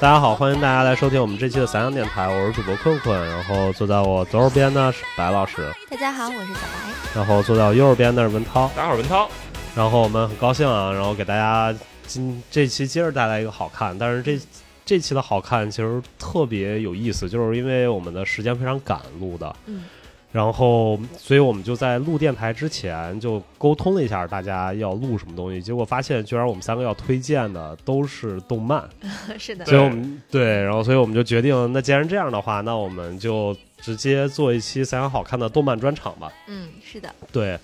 大家好，欢迎大家来收听我们这期的散养电台，我是主播困困，然后坐在我左手边呢是白老师，大家好，我是小白。然后坐在我右手边的是文涛，大家好，文涛。然后我们很高兴啊，然后给大家今这期接着带来一个好看，但是这这期的好看其实特别有意思，就是因为我们的时间非常赶录的，嗯，然后所以我们就在录电台之前就沟通了一下大家要录什么东西，结果发现居然我们三个要推荐的都是动漫， 是的，所以我们对，然后所以我们就决定，那既然这样的话，那我们就直接做一期三洋好看的动漫专场吧。嗯，是的，对，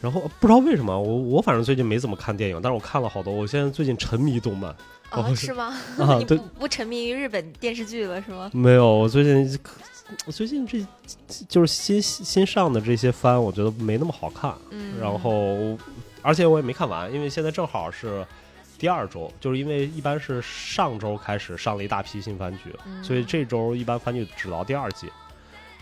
然后不知道为什么，我我反正最近没怎么看电影，但是我看了好多，我现在最近沉迷动漫。哦，哦是吗？啊你对不不沉迷于日本电视剧了是吗？没有，我最近我最近这就是新新上的这些番，我觉得没那么好看。嗯，然后，而且我也没看完，因为现在正好是第二周，就是因为一般是上周开始上了一大批新番剧，嗯所以这周一般番剧只到第二季，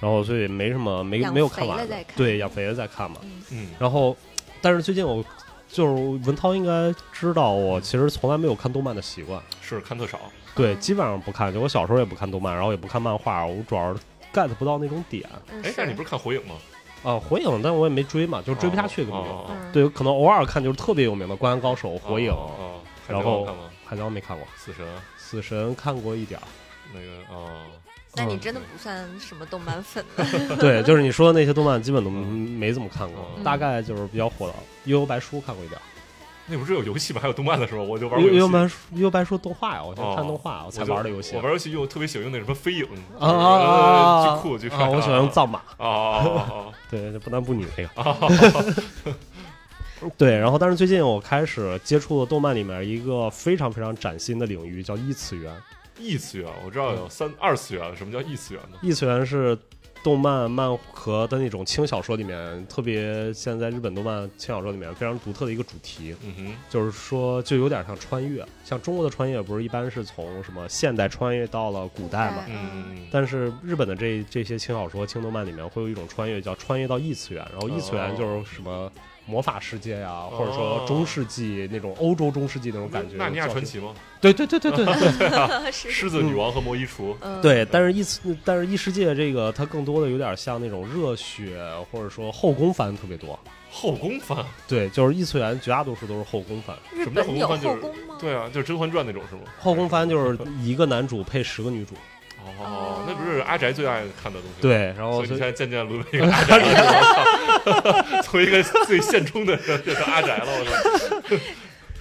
然后所以没什么没养没有肥看完了的再看对，养肥了再看嘛。嗯嗯，然后，但是最近我就是文涛应该知道，我其实从来没有看动漫的习惯，是看特少，对，嗯基本上不看，就我小时候也不看动漫，然后也不看漫画，我主要是 get 不到那种点嗯哎，但是你不是看火影吗？啊。火影，但我也没追嘛，就是追不下去，根本就。哦哦哦嗯对，可能偶尔看就是特别有名的《灌篮高手》《火影》哦，哦海然贼后王看吗？海贼王》没看过，《死神死神》看过一点儿。那个哦，那你嗯真的不算什么动漫粉了。对，就是你说的那些动漫，基本都没怎么看过，嗯大概就是比较火的《幽游白书》看过一点儿，那不是有游戏吗？还有动漫的时候，我就玩《过幽游游戏。白书》《幽游白书》动画呀，我先哦看动画，我才就玩的游戏我。玩游戏又特别喜欢用那什么飞影呃啊啊啊啊！巨酷巨帅。啊！我喜欢用造藏马，啊啊对，就不男不女那个。啊啊！啊 对，然后但是最近我开始接触了动漫里面一个非常非常崭新的领域，叫异次元。异次元，我知道有三二次元，什么叫异次元呢？异次元是动漫漫和的那种轻小说里面，特别现在日本动漫轻小说里面非常独特的一个主题，嗯哼，就是说就有点像穿越，像中国的穿越不是一般是从什么现代穿越到了古代嘛古？代嗯，但是日本的这这些轻小说、轻动漫里面会有一种穿越叫穿越到异次元，然后异次元就是什么魔法世界呀、或者说中世纪那种欧洲中世纪那种感觉。纳尼亚传叫奇吗？对对对对对对是狮子女王和魔衣橱。嗯，对，但是异次，但是异世界这个它更多的有点像那种热血，或者说后宫番特别多。后宫番，对，就是异次元绝大多数都是后宫番，日什么叫本有后宫番就后是宫吗？对啊，就是《甄嬛传》那种是吗？后宫番就是一个男主配十个女主。哦，那不是阿宅最爱看的东西吗？对，然后哦所以就你现在渐渐沦为一个阿宅了，我操！ 从一个最现充的人变成阿宅了，我操！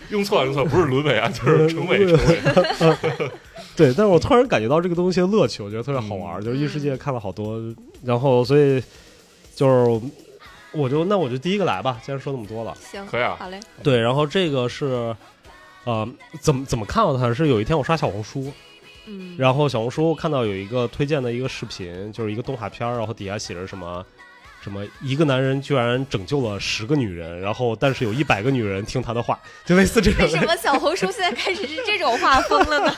用错了，用错了，不是沦为啊，就是成为，成为。对，但是我突然感觉到这个东西的乐趣，我觉得特别好玩儿。就是异世界看了好多，然后所以就是我就那我就第一个来吧，既然说那么多了。行，可以啊好嘞，对，然后这个是。呃，怎么怎么看到它？是有一天我刷小红书，嗯，然后小红书看到有一个推荐的一个视频，就是一个动画片儿，然后底下写着什么什么一个男人居然拯救了十个女人，然后但是有一百个女人听他的话，就类似这为种什。么小红书现在开始是这种画风了 呢？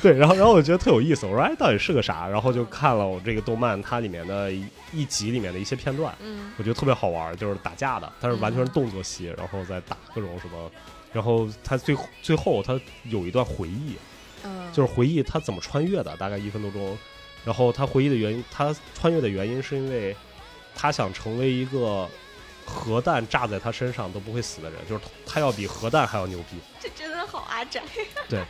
对，然后然后我觉得特有意思，我说哎到底是个啥？然后就看了我这个动漫它里面的一一集里面的一些片段，嗯我觉得特别好玩儿，就是打架的，但是完全是动作戏，然后再打各种什么。然后他最后最后他有一段回忆，嗯，就是回忆他怎么穿越的，大概一分多钟。然后他回忆的原因，他穿越的原因是因为他想成为一个核弹炸在他身上都不会死的人，就是他要比核弹还要牛逼。这真的好阿宅。哦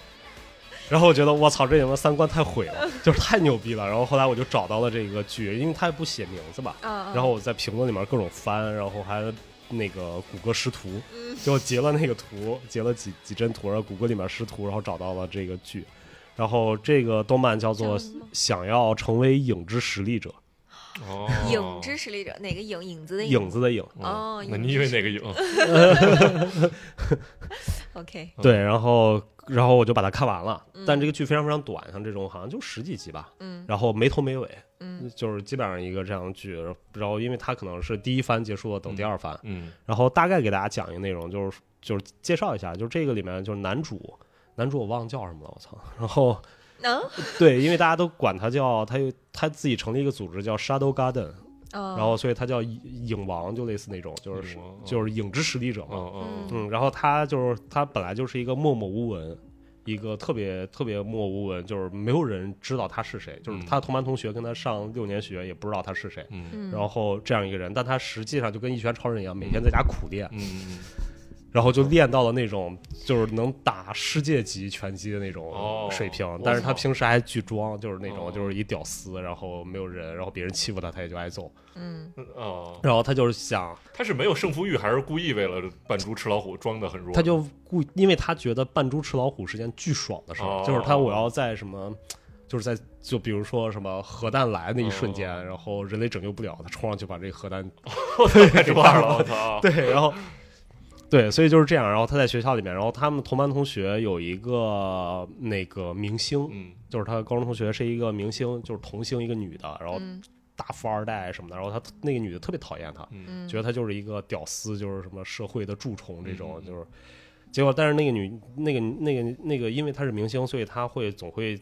然后我觉得我操，这人的三观太毁 了，就是太牛逼了。然后后来我就找到了这个剧，因为他也不写名字吧。嗯，嗯然后我在评论里面各种翻，然后还那个谷歌识图，嗯就截了那个图，截了几几帧图，然后谷歌里面识图，然后找到了这个剧。然后这个动漫叫做叫什《么想要成为影之实力者哦，影之实力者哪个影影子的》，影子的影。哦那你以为哪个影？ ？OK，嗯对，然后然后我就把它看完了，但嗯这个剧非常非常短，像这种好像就十几集吧，嗯然后没头没尾，嗯就是基本上一个这样的剧。然后因为它可能是第一番结束了，等第二番，嗯，然后大概给大家讲一个内容，就是就是介绍一下，就是这个里面就是男主。男主我忘叫什么了，我操！然后能，对，因为大家都管他叫他有他自己成立一个组织叫 Shadow Garden，然然后所以他叫影影王，就类似那种，就是嗯影王哦就是影之实力者嘛。哦嗯，然后他就是他本来就是一个默默无闻，一个特别特别默无闻，就是没有人知道他是谁，就是嗯他同班同学跟他上六年学也不知道他是谁，嗯嗯，然后这样一个人，但他实际上就跟一拳超人一样，每天在家苦练，嗯，然后就练到了那种就是能打世界级拳击的那哦种水平，我但是操他平时还巨装，就是那种、哦就是一屌丝，然后没有人，然后别人欺负他他也就挨揍，嗯，嗯哦，然后他就是想，他是没有胜负欲，还是故意为了扮猪吃老虎装的很弱？他就故意因为他觉得扮猪吃老虎是件巨爽的事儿，哦就是他我要在什么。就是在就比如说什么核弹来那一瞬间，哦然后人类拯救不了，他冲上去把这个核弹太抓了，我操！对，然后对，所以就是这样。然后他在学校里面，然后他们同班同学有一个那个明星，嗯，就是他高中同学是一个明星，就是童星一个女的，然后嗯大富二代什么的。然后他那个女的特别讨厌他，嗯嗯，觉得他就是一个屌丝，就是什么社会的蛀虫这种，嗯就是。结果，但是那个女，那个那个那个，因为她是明星，所以她会总会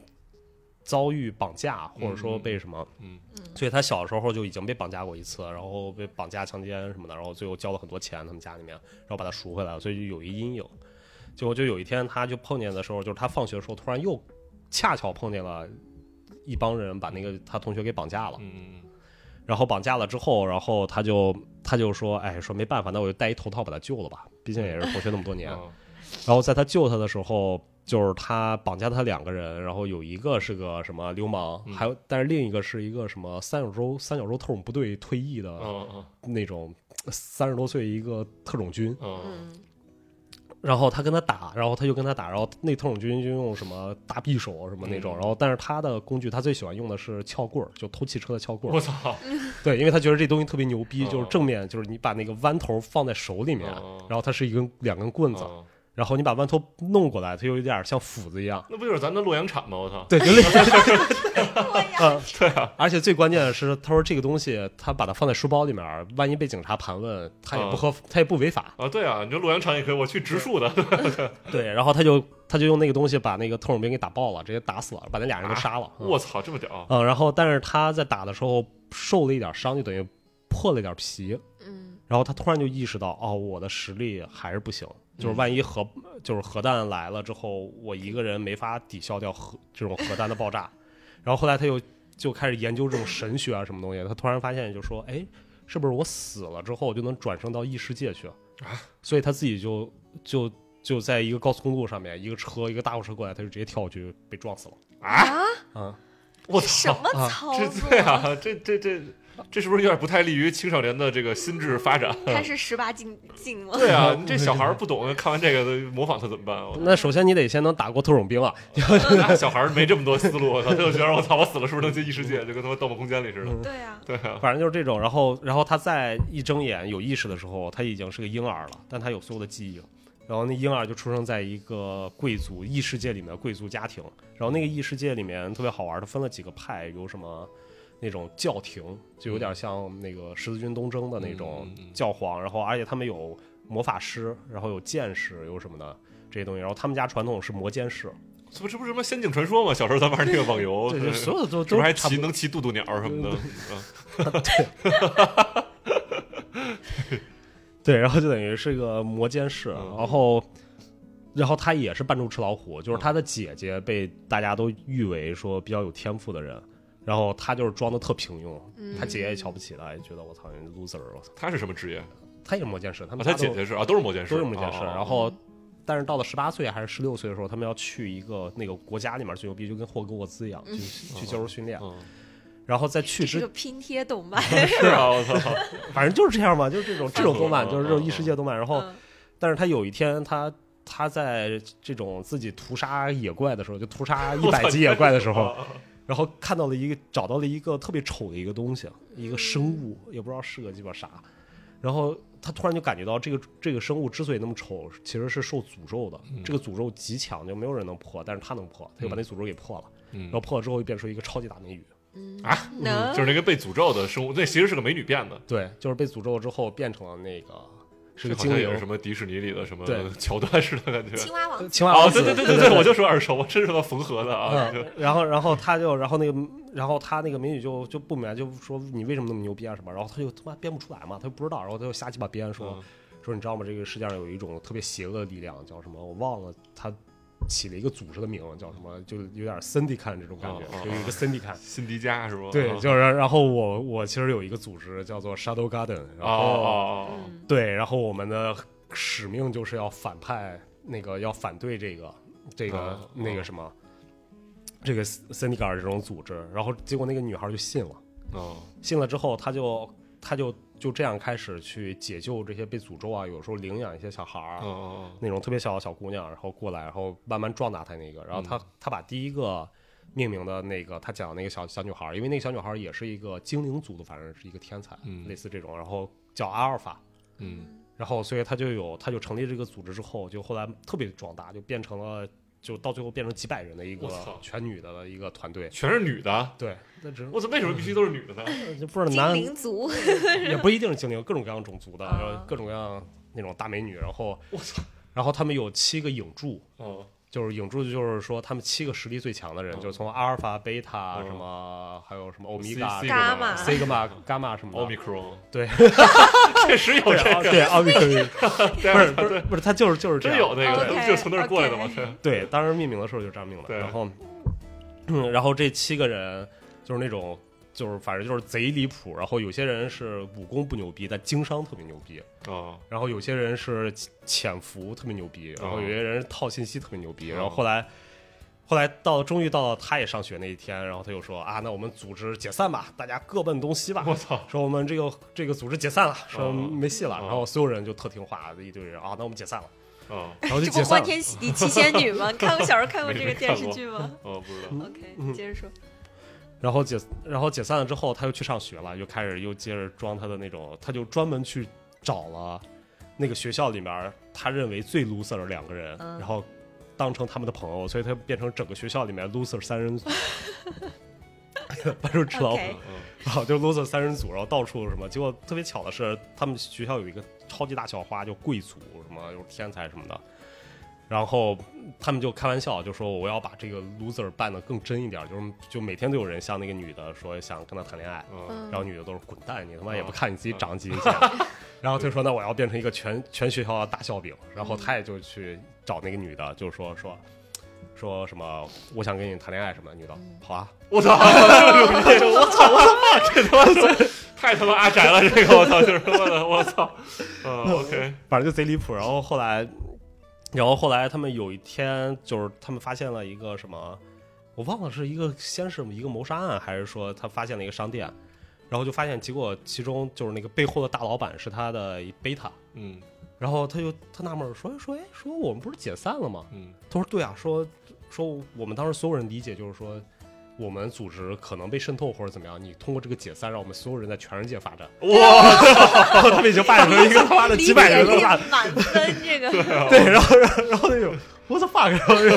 遭遇绑架，或者说被什么，嗯所以他小时候就已经被绑架过一次，然后被绑架、强奸什么的，然后最后交了很多钱，他们家里面，然后把他赎回来了，所以就有一阴影。结果就有一天，他就碰见的时候，就是他放学的时候，突然又恰巧碰见了一帮人把那个他同学给绑架了。嗯嗯然后绑架了之后，然后他就他就说，哎，说没办法，那我就戴一头套把他救了吧，毕竟也是同学那么多年。嗯，然后在他救他的时候，就是他绑架他两个人，然后有一个是个什么流氓，嗯还有但是另一个是一个什么三角洲三角洲特种部队退役的嗯那种三十多岁一个特种军，嗯嗯然后他跟他打，然后他就跟他打，然后那特种军就用什么大匕首什么那种，嗯然后但是他的工具他最喜欢用的是撬棍儿，就偷汽车的撬棍我儿，操！ 对，因为他觉得这东西特别牛逼，嗯哦就是正面就是你把那个弯头放在手里面，哦然后它是一根两根棍子，嗯然后你把弯头弄过来，它又有点像斧子一 样。那不就是咱的洛阳铲吗？我操！对，就类似。我呀 嗯，对啊，而且最关键的是，他说这个东西他把它放在书包里面，万一被警察盘问，他嗯也不合，他也不违法。啊对啊，你这洛阳铲也可以，我去植树的。对，然后他就他就用那个东西把那个特种兵给打爆了，直接打死了，把那俩人都杀了。嗯我操，这么屌！嗯，然后但是他在打的时候受了一点伤，就等于破了一点皮。嗯然后他突然就意识到，哦，我的实力还是不行，就是万一核、就是核弹来了之后，我一个人没法抵消掉核这种核弹的爆炸。然后后来他又就开始研究这种神学啊什么东西，他突然发现就说，哎，是不是我死了之后就能转生到异世界去？所以他自己就就就在一个高速公路上面，一个车一个大货车过来，他就直接跳过去被撞死了。啊，啊，我这什操！么啊操这作？对啊，这这这这是不是有点不太利于青少年的这个心智发展？他嗯是十八禁禁吗？ 对啊，你这小孩儿不懂，看完这个模仿他怎么办？我那首先你得先能打过特种兵啊，那小孩儿没这么多思路，我操，他就觉得我操，我死了是不是能进异世界？嗯就跟他妈《盗梦空间》里似的。对啊，对啊，反正就是这种。然后，然后他在一睁眼有意识的时候，他已经是个婴儿了，但他有所有的记忆了。然后那婴儿就出生在一个贵族异世界里面的贵族家庭。然后那个异世界里面特别好玩，它分了几个派，有什么那种教廷，就有点像那个十字军东征的那种嗯嗯嗯嗯教皇。然后而且他们有魔法师，然后有剑士，有什么的这些东西。然后他们家传统是魔剑士，这不这不是什么《仙境传说》吗？小时候咱玩那个网游，对，就所有的都是都不是还差骑不多能骑渡渡鸟什么的？嗯对，然后就等于是个魔监视，嗯然后，然后他也是扮猪吃老虎，就是他嗯的姐姐被大家都誉为说比较有天赋的人，然后他就是装的特平庸，嗯他姐姐也瞧不起他，也觉得我操你 loser，我操，他是什么职业？他也是魔监视，他啊，们他家都姐姐是啊，都是魔剑士，都是魔监视，哦然后。但是到了十八岁还是十六岁的时候，他们要去一个那个国家里面最牛逼，就跟霍格沃兹一样，去去接受训练。嗯 然后在去这之个拼贴动漫，是啊，我操，反正就是这样嘛，就是这种这种动漫，嗯就是这种异世界动漫。然后，嗯但是他有一天他。他在这种自己屠杀野怪的时候，就屠杀一百级野怪的 时候，哦然后看到了一个找到了一个特别丑的一个东西，啊一个生物，也不知道是个鸡巴啥。然后他突然就感觉到这个这个生物之所以那么丑，其实是受诅咒的。这个诅咒极强，就没有人能破，但是他能破，他就把那诅咒给破了。嗯嗯然后破了之后，就变出一个超级大美女。啊，嗯能就是那个被诅咒的生物，那其实是个美女变的，对，就是被诅咒之后变成了那个是个好像精也灵是什，么迪士尼里的什么对 桥段似的感觉。青蛙王子青蛙哦王，子。对对对对，我就说耳熟，我真是个缝合的啊！就嗯，然后然后他就，然后那个，然后他那个美女就就不明白，就说你为什么那么牛逼啊什么？然后他就他妈编不出来嘛，他就不知道，然后他就瞎鸡巴编说、嗯说你知道吗？这个世界上有一种特别邪恶的力量，叫什么？我忘了，他起了一个组织的名，叫什么，就有点森迪看这种感觉哦哦，就有一个森迪看。辛迪加是吧？对，啊就是然后我我其实有一个组织叫做 Shadow Garden，然哦后哦哦嗯对，然后我们的使命就是要反派那个要反对这个这个哦那个什么。这个森迪尔这种组织，然后结果那个女孩就信了，哦嗯哦，信了之后，他就他就就这样开始去解救这些被诅咒啊，有时候领养一些小孩儿、啊哦哦那种特别小的小姑娘，然后过来，然后慢慢壮大她那个。然后他、他把第一个命名的那个他讲的那个小小女孩儿，因为那个小女孩儿也是一个精灵族的，反正是一个天才，嗯类似这种，然后叫阿尔法。嗯然后，所以他就有，他就成立这个组织之后，就后来特别壮大，就变成了，就到最后变成几百人的一个我操全女的一个团队。全是女的，对，那只我操，为什么必须都是女的呢？就不知道精男灵族，也不一定是精灵，各种各样种族的，啊然后各种各样那种大美女，然后我操，然后他们有七个影柱，哦就是影柱就是说他们七个实力最强的人，嗯就是从阿尔法、贝塔嗯什么，还有什么欧米 C- 伽、 C 伽 Sigma 马西格 玛、伽马什奥么密的。克戎，对， 确实有对这啊个，对，奥密克戎不是对不是哦不是，他就是就是这真样有那个，哦 OK，他们就从那儿过来的嘛。 OK 对对，当时命名的时候就这样命的。对然后，嗯，然后这七个人就是那种，就是反正就是贼离谱。然后有些人是武功不牛逼，但经商特别牛逼。哦然后有些人是潜伏特别牛逼，然后有些人是套信息特别牛逼，哦然后后来。后来到终于到了他也上学那一天，然后他就说啊，那我们组织解散吧，大家各奔东西吧。我操，说我们这个这个组织解散了，说哦没戏了。哦然后所有人就特听话，一堆人啊，那我们解散了，哦然后就 这不解《散欢了。天喜地七仙女》 吗？你看过小时候看过这个电视剧吗哦，不知道， ？OK，嗯接着说。然后解然后解散了之后，他又去上学了，又开始又接着装他的那种，他就专门去找了那个学校里面他认为最 loser 的两个人，嗯然后当成他们的朋友，所以他变成整个学校里面 loser 三人 组， 搬出吃老虎 OK 嗯 啊，就 loser 三人组，然后到处什么，结果特别巧的是，他们学校有一个超级大校花，就贵族什么，就是天才什么的。然后他们就开玩笑，就说我要把这个 loser 办得更真一点，就是就每天都有人像那个女的说想跟他谈恋爱，嗯嗯然后女的都是滚蛋，你他妈也啊不看你自己啊长几斤钱。然后他就说那我要变成一个全全学校的大笑柄，然后他也就去找那个女的，就说说说什么我想跟你谈恋爱什么的，女的好啊，我操，这牛逼！我操，我操，这他妈是太他妈阿宅了，这个我操，就是我的，我操，嗯，OK，反正就贼离谱。然后后来，然后后来他们有一天就是他们发现了一个什么，我忘了是一个先是一个谋杀案，还是说他发现了一个商店，然后就发现结果其中就是那个背后的大老板是他的一贝塔。嗯然后他就他纳闷儿说说哎说我们不是解散了吗？嗯他说对啊，说说我们当时所有人理解就是说，我们组织可能被渗透或者怎么样，你通过这个解散让我们所有人在全世界发展。哇， 然后他们已经发展成一个他妈的理 几解百人力的大满分，这个对，然后然后然后那种 what the fuck，然后然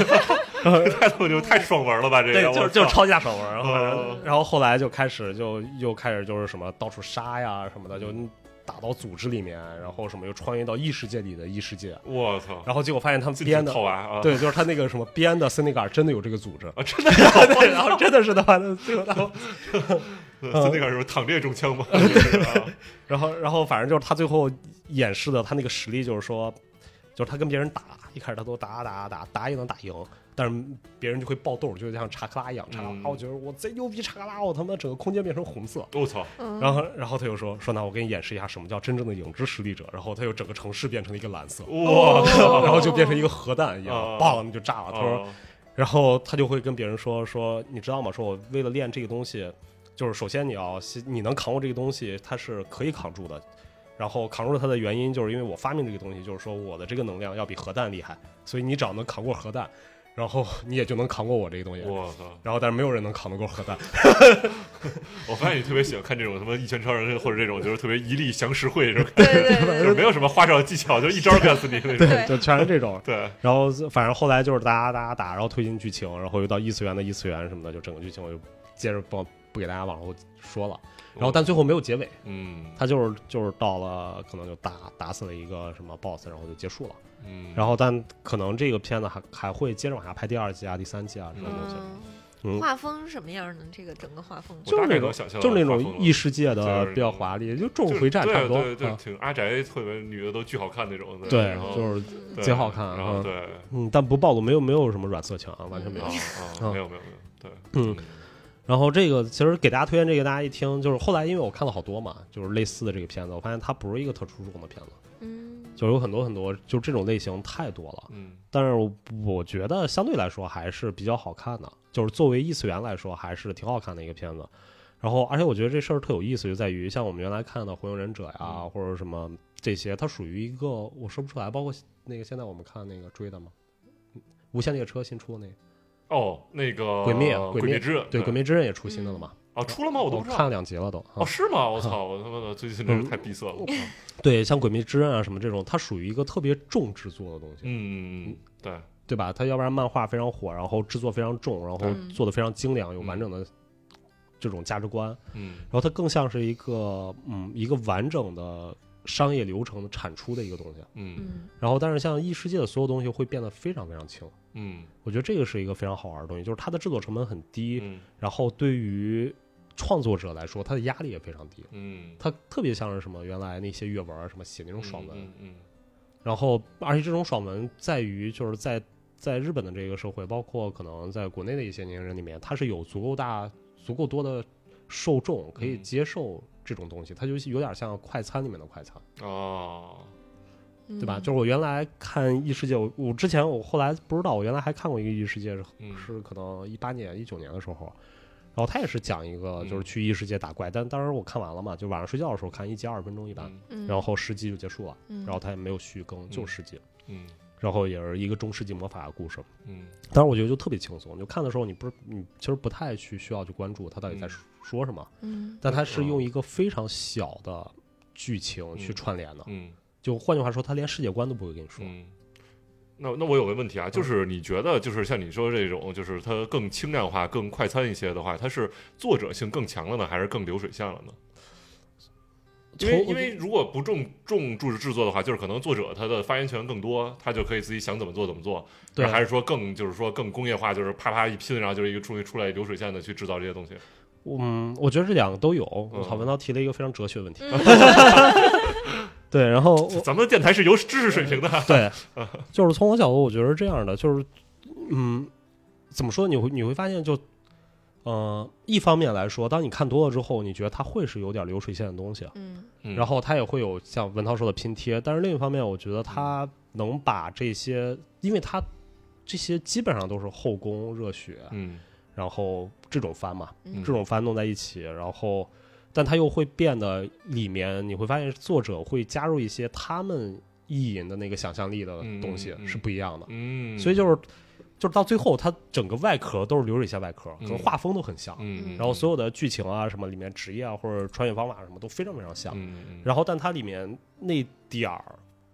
后太他妈牛，太爽文了吧？这对，个就是就是超级大手玩，然后反哦正然后后来就开始就又开始就是什么到处杀呀什么的，就嗯打到组织里面，然后什么又穿越到异世界里的异世界，我操，然后结果发现他们进编去的套娃啊，，对，就是他那个什么编的森尼尔真的有这个组织啊，真的 有，对，然后真的是他妈的最后他们那那个时候躺这中枪吗？对，然后，然后反正就是他最后演示的他那个实力，就是说，就是他跟别人打，一开始他都打打打打也能打赢，但是别人就会爆豆，就像查克拉一样，查克拉、嗯我觉得我贼牛逼，查克拉，我他妈整个空间变成红色。我操，然后，然后他又说说那我给你演示一下什么叫真正的影之实力者，然后他又整个城市变成了一个蓝色，我 哦然后就变成一个核弹一样，哦砰、你就炸了。他说，操，然后他就会跟别人说说，你知道吗？说我为了练这个东西，就是首先你要先你能扛住这个东西，它是可以扛住的。然后扛住它的原因，就是因为我发明这个东西，就是说我的这个能量要比核弹厉害，所以你只要能扛过核弹，然后你也就能扛过我这个东西。我操。然后但是没有人能扛得过核弹，我发现你特别喜欢看这种什么一拳超人或者这种就是特别一力降十会这种，对对就对是没有什么花招技巧，就一招干死你那种。对就全是这种。对，然后反正后来就是打打打打，然后推进剧情，然后又到异次元的异次元什么的，就整个剧情我就接着不不给大家往后说了。然后但最后没有结尾，嗯他就是就是到了，可能就打打死了一个什么 boss，然后就结束了。嗯，然后但可能这个片子还还会接着往下拍第二季啊、第三季啊这种东西。嗯 嗯画风什么样呢？这个整个画风，我就是大概那能种想象就是那画种风了异世界的就是比较华丽，就众就是回战对差不多对对，啊挺阿宅，特别女的都巨好看那种，对，然后就是对贼好看然后啊对，嗯，但不暴露，没有没有什么软色情啊，完全没有啊。啊，没有没有没有，对，嗯，然后这个其实给大家推荐这个，大家一听就是后来因为我看了好多嘛，就是类似的这个片子，我发现它不是一个特出众的片子，嗯，就是有很多很多，就这种类型太多了。嗯但是我我觉得相对来说还是比较好看的，就是作为异次元来说还是挺好看的一个片子。然后，而且我觉得这事儿特有意思，就在于像我们原来看的《火影忍者》呀，嗯或者什么这些，它属于一个我说不出来。包括那个现在我们看那个追的嘛，《无限列车》新出的那个，哦，那个鬼灭啊鬼鬼灭之刃，对，《鬼灭灭之刃》也出新的了嘛？啊，出了吗？我都我不知看道了。两集了都。啊哦，是吗？我操！我他妈的最近真是嗯太闭塞了。对，像《鬼灭之刃》啊什么这种，它属于一个特别重制作的东西， 嗯，对，对吧？它要不然漫画非常火，然后制作非常重，然后嗯做的非常精良，有嗯完整的这种价值观。嗯然后它更像是一个嗯一个完整的商业流程产出的一个东西。嗯嗯然后，但是像异世界的所有东西会变得非常非常轻。嗯我觉得这个是一个非常好玩的东西，就是它的制作成本很低，嗯然后对于创作者来说，它的压力也非常低。嗯，它特别像是什么原来那些阅文啊什么写那种爽文，嗯嗯然后而且这种爽文在于就是在在日本的这个社会，包括可能在国内的一些年轻人里面，它是有足够大、足够多的受众可以嗯接受这种东西，它就有点像快餐里面的快餐，哦，嗯，对吧？就是我原来看异世界，我我之前我后来不知道，我原来还看过一个异世界是嗯是可能一八年、一九年的时候。然后他也是讲一个，嗯就是去异世界打怪，但当时我看完了嘛，就晚上睡觉的时候看一集二十分钟一般，嗯嗯，然后十集就结束了。嗯，然后它也没有续更，就十集，嗯然后也是一个中世纪魔法的故事。嗯当时我觉得就特别轻松，就看的时候你不是你其实不太去需要去关注它到底在嗯说说什么，嗯但它是用一个非常小的剧情去嗯串联的。嗯就换句话说，它连世界观都不会跟你说。嗯。那那我有个问题啊，嗯就是你觉得就是像你说这种，就是它更轻量化、更快餐一些的话，它是作者性更强了呢，还是更流水线了呢？因为从因为如果不重重注制作的话，就是可能作者他的发言权更多，他就可以自己想怎么做怎么做。对还是说更就是说更工业化，就是啪啪一拼，然后就是一个出出来流水线的去制造这些东西。嗯，我觉得这两个都有。我操，嗯文涛提了一个非常哲学 问题。嗯对，然后我咱们的电台是有知识水平的， 对，就是从我角度，我觉得是这样的，就是嗯，怎么说？你会你会发现就，呃，一方面来说，当你看多了之后，你觉得它会是有点流水线的东西，啊嗯嗯然后它也会有像文涛说的拼贴，但是另一方面，我觉得它能把这些，因为它这些基本上都是后宫热血，嗯然后这种番嘛，嗯这种番弄在一起，然后。但它又会变得里面，你会发现作者会加入一些他们意淫的那个想象力的嗯东西嗯嗯是不一样的，嗯，所以就是就是到最后，它整个外壳都是流水线外壳，可能嗯画风都很像，嗯，然后所有有的剧情啊什么里面职业啊或者穿越方法什么都非常非常像，嗯嗯，然后但它里面那点儿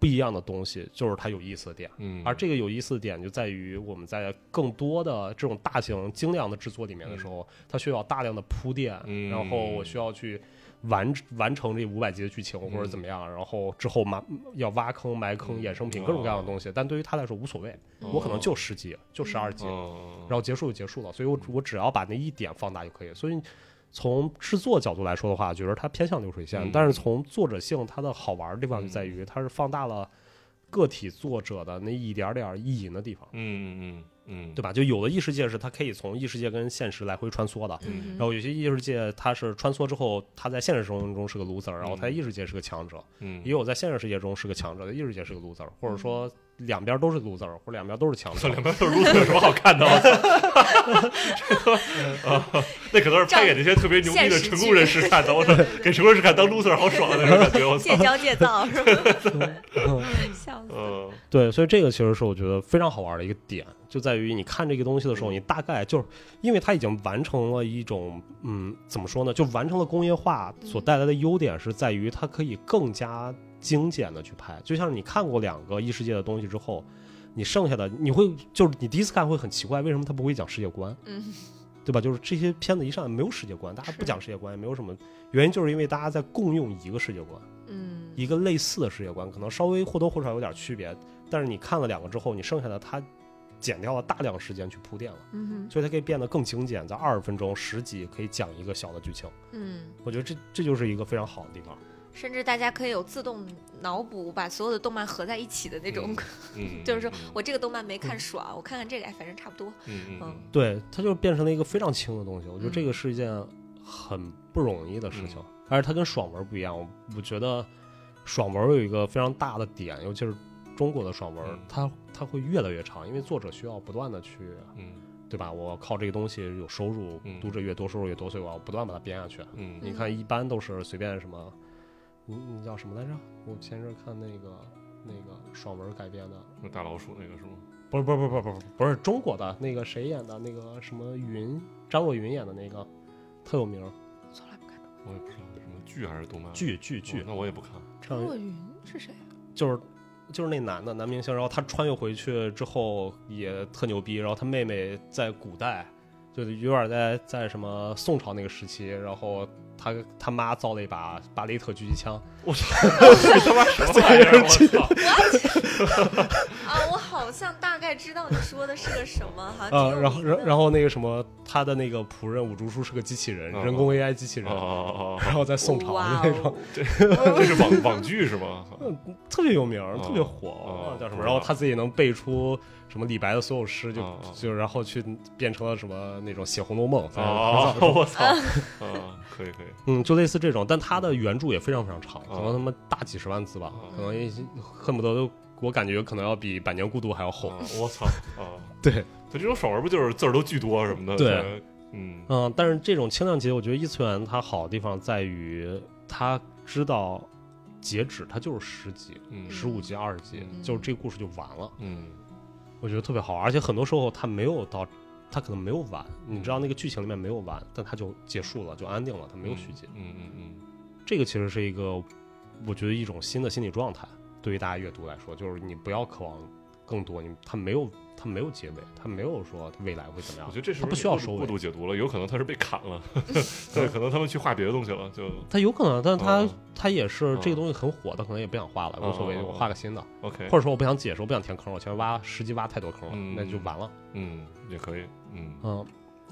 不一样的东西就是它有意思的点。嗯，而这个有意思的点就在于，我们在更多的这种大型精良的制作里面的时候，它需要大量的铺垫，嗯然后我需要去完完成这五百集的剧情或者怎么样，然后之后埋要挖坑埋坑、嗯衍生品哦各种各样的东西。但对于他来说无所谓，我可能就十集，就十二集，哦，然后结束就结束了。所以我嗯我只要把那一点放大就可以。所以从制作角度来说的话，觉得它偏向流水线，嗯但是从作者性它的好玩的地方就在于，它是放大了个体作者的那一点点儿意淫的地方，嗯嗯嗯嗯，对吧？就有的异世界是它可以从异世界跟现实来回穿梭的。嗯然后有些异世界，它是穿梭之后，它在现实生活中是个 loser，然后它在嗯异世界是个强者，嗯也有在现实世界中是个强者，在异世界是个 loser，或者说两边都是 loser，或者两边都是 强者，两边都是如此，有什么好看的？我操这个啊，那可能是拍给那些特别牛逼的成功人士看的。我操，给成功人士看当 loser 好爽的那种感觉。我操戒，骄戒躁是吧？笑死，嗯对，所以这个其实是我觉得非常好玩的一个点，就在于你看这个东西的时候，嗯你大概就是因为它已经完成了一种，嗯，怎么说呢？就完成了工业化所带来的优点是在于它可以更加精简的去拍，就像你看过两个异世界的东西之后，你剩下的你会就是你第一次看会很奇怪，为什么它不会讲世界观？嗯对吧？就是这些片子一上来没有世界观，大家不是讲世界观，也没有什么原因，就是因为大家在共用一个世界观。嗯一个类似的世界观，可能稍微或多或少有点区别，但是你看了两个之后，你剩下的它减掉了大量时间去铺垫了，嗯所以它可以变得更精简，在二十分钟十集可以讲一个小的剧情。哼，嗯，我觉得这这就是一个非常好的地方。甚至大家可以有自动脑补，把所有的动漫合在一起的那种，嗯，就是说 我这个动漫没嗯看爽，我看看这个，哎，反正差不多。嗯嗯嗯嗯对，它就变成了一个非常轻的东西。我觉得这嗯个是一件很不容易的事情，而且它跟爽文不一样。我我觉得爽文有一个非常大的点，尤其是中国的爽文嗯，它它会越来越长，因为作者需要不断的去，嗯对吧？我靠这个东西有收入嗯，读者越多，收入越多，所以我要不断把它编下去。嗯你嗯看，一般都是随便什么，你你叫什么来着？我前阵儿看那个那个爽文改编的，那大老鼠那个是吗？不是不是不是不是不是中国的那个谁演的那个什么云张若昀演的那个特有名儿从来不看。我也不知道是什么剧还是动漫剧剧哦剧，那我也不看。张若昀云是谁啊？就是就是那男的男明星，然后他穿越回去之后也特牛逼，然后他妹妹在古代就是有点在在什么宋朝那个时期，然后他他妈造了一把巴雷特狙击枪，我 操！你他妈什么玩意 儿？我操！啊，我好像大概知道你说的是个什么，好像啊呃，挺有然后名的然然后那个什么他的那个仆人五竹叔是个机器人，哦人工 AI 机器人，哦哦然后在宋朝啊哇那种哦。哦，这是网网剧是 吗？呃特别有名儿，哦特别火，啊哦忘了叫什不么？然知道后他自己能背出什么李白的所有诗，就哦哦就然后去变成了什么那种写《红楼梦》哦，哦，我操！嗯啊，可以可 以，嗯，就类似这种，但他的原著也非常非常长，可哦能他妈大几十万字吧，哦可能也恨不得都我感觉可能要比《百年孤独》还要厚。啊我操！啊，对，他这种爽文不就是字儿都巨多什么的？对，嗯嗯，但是这种轻量级，我觉得异次元它好的地方在于它知道截止，它就是十集、嗯十五集、二十集，嗯就是这故事就完了。嗯我觉得特别好，而且很多时候它没有到，它可能没有完，你知道那个剧情里面没有完，但它就结束了，就安定了，它没有续集。嗯嗯嗯这个其实是一个，我觉得一种新的心理状态，对于大家阅读来说，就是你不要渴望更多，你它没有它没有结尾，它没有说未来会怎么嗯，样我觉，得这是它不需要收尾过度解读了，有可能他是被砍 了，对，可能他们去画别的东西了，就它有可能，但它、嗯它也是嗯这个东西很火，它可能也不想画了，无所谓，嗯嗯嗯我画个新的， OK，或者说我不想解释，我不想填坑，我前面挖十级挖太多坑了，嗯那就完了。嗯，也可以，嗯嗯，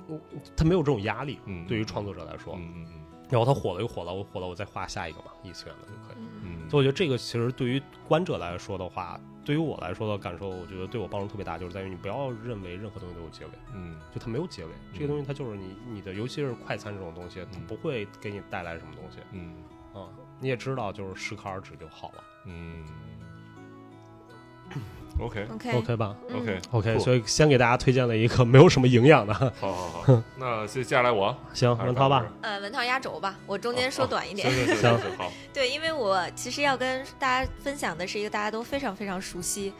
我它没有这种压力，嗯，对于创作者来说。嗯嗯嗯然后它火了又火了，我火了我再画下一个嘛，异次元的就可以。嗯嗯，所以我觉得这个其实对于观者来说的话，对于我来说的感受，我觉得对我帮助特别大，就是在于你不要认为任何东西都有结尾，嗯就它没有结尾，这个东西它就是你你的，尤其是快餐这种东西，它嗯不会给你带来什么东西嗯啊、你也知道，就是适可而止就好了。嗯，OK OK OK 吧 OK， ？OK， Cool 所以先给大家推荐了一个没有什么营养的，好好好，那接下来我行，啊还是啊让涛吧。呃，文涛压轴吧，我中间哦说短一点。 行行行行，好，对，因为我其实要跟大家分享的是一个大家都非常非常熟悉，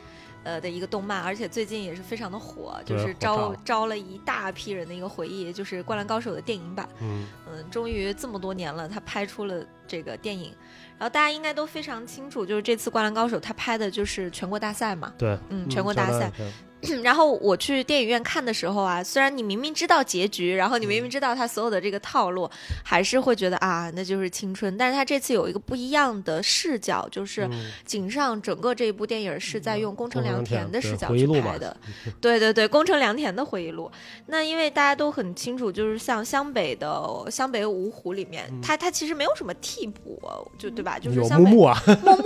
呃的一个动漫，而且最近也是非常的火，就对是火炸招了招了一大批人的一个回忆，就是《灌篮高手》的电影版。嗯，嗯，终于这么多年了，他拍出了这个电影。然后大家应该都非常清楚，就是这次《灌篮高手》他拍的就是全国大赛嘛。对，嗯，全国大赛。嗯，然后我去电影院看的时候啊，虽然你明明知道结局，然后你明嗯明知道他所有的这个套路，还是会觉得啊，那就是青春。但是他这次有一个不一样的视角，就是嗯井上整个这一部电影是在用宫城良田的视角宫城去良田拍 的，对对对，宫城良田的回忆录。那因为大家都很清楚，就是像湘北的湘北五虎里面，他他其实没有什么替补，就对吧？就是嗯有湘木北木啊，木木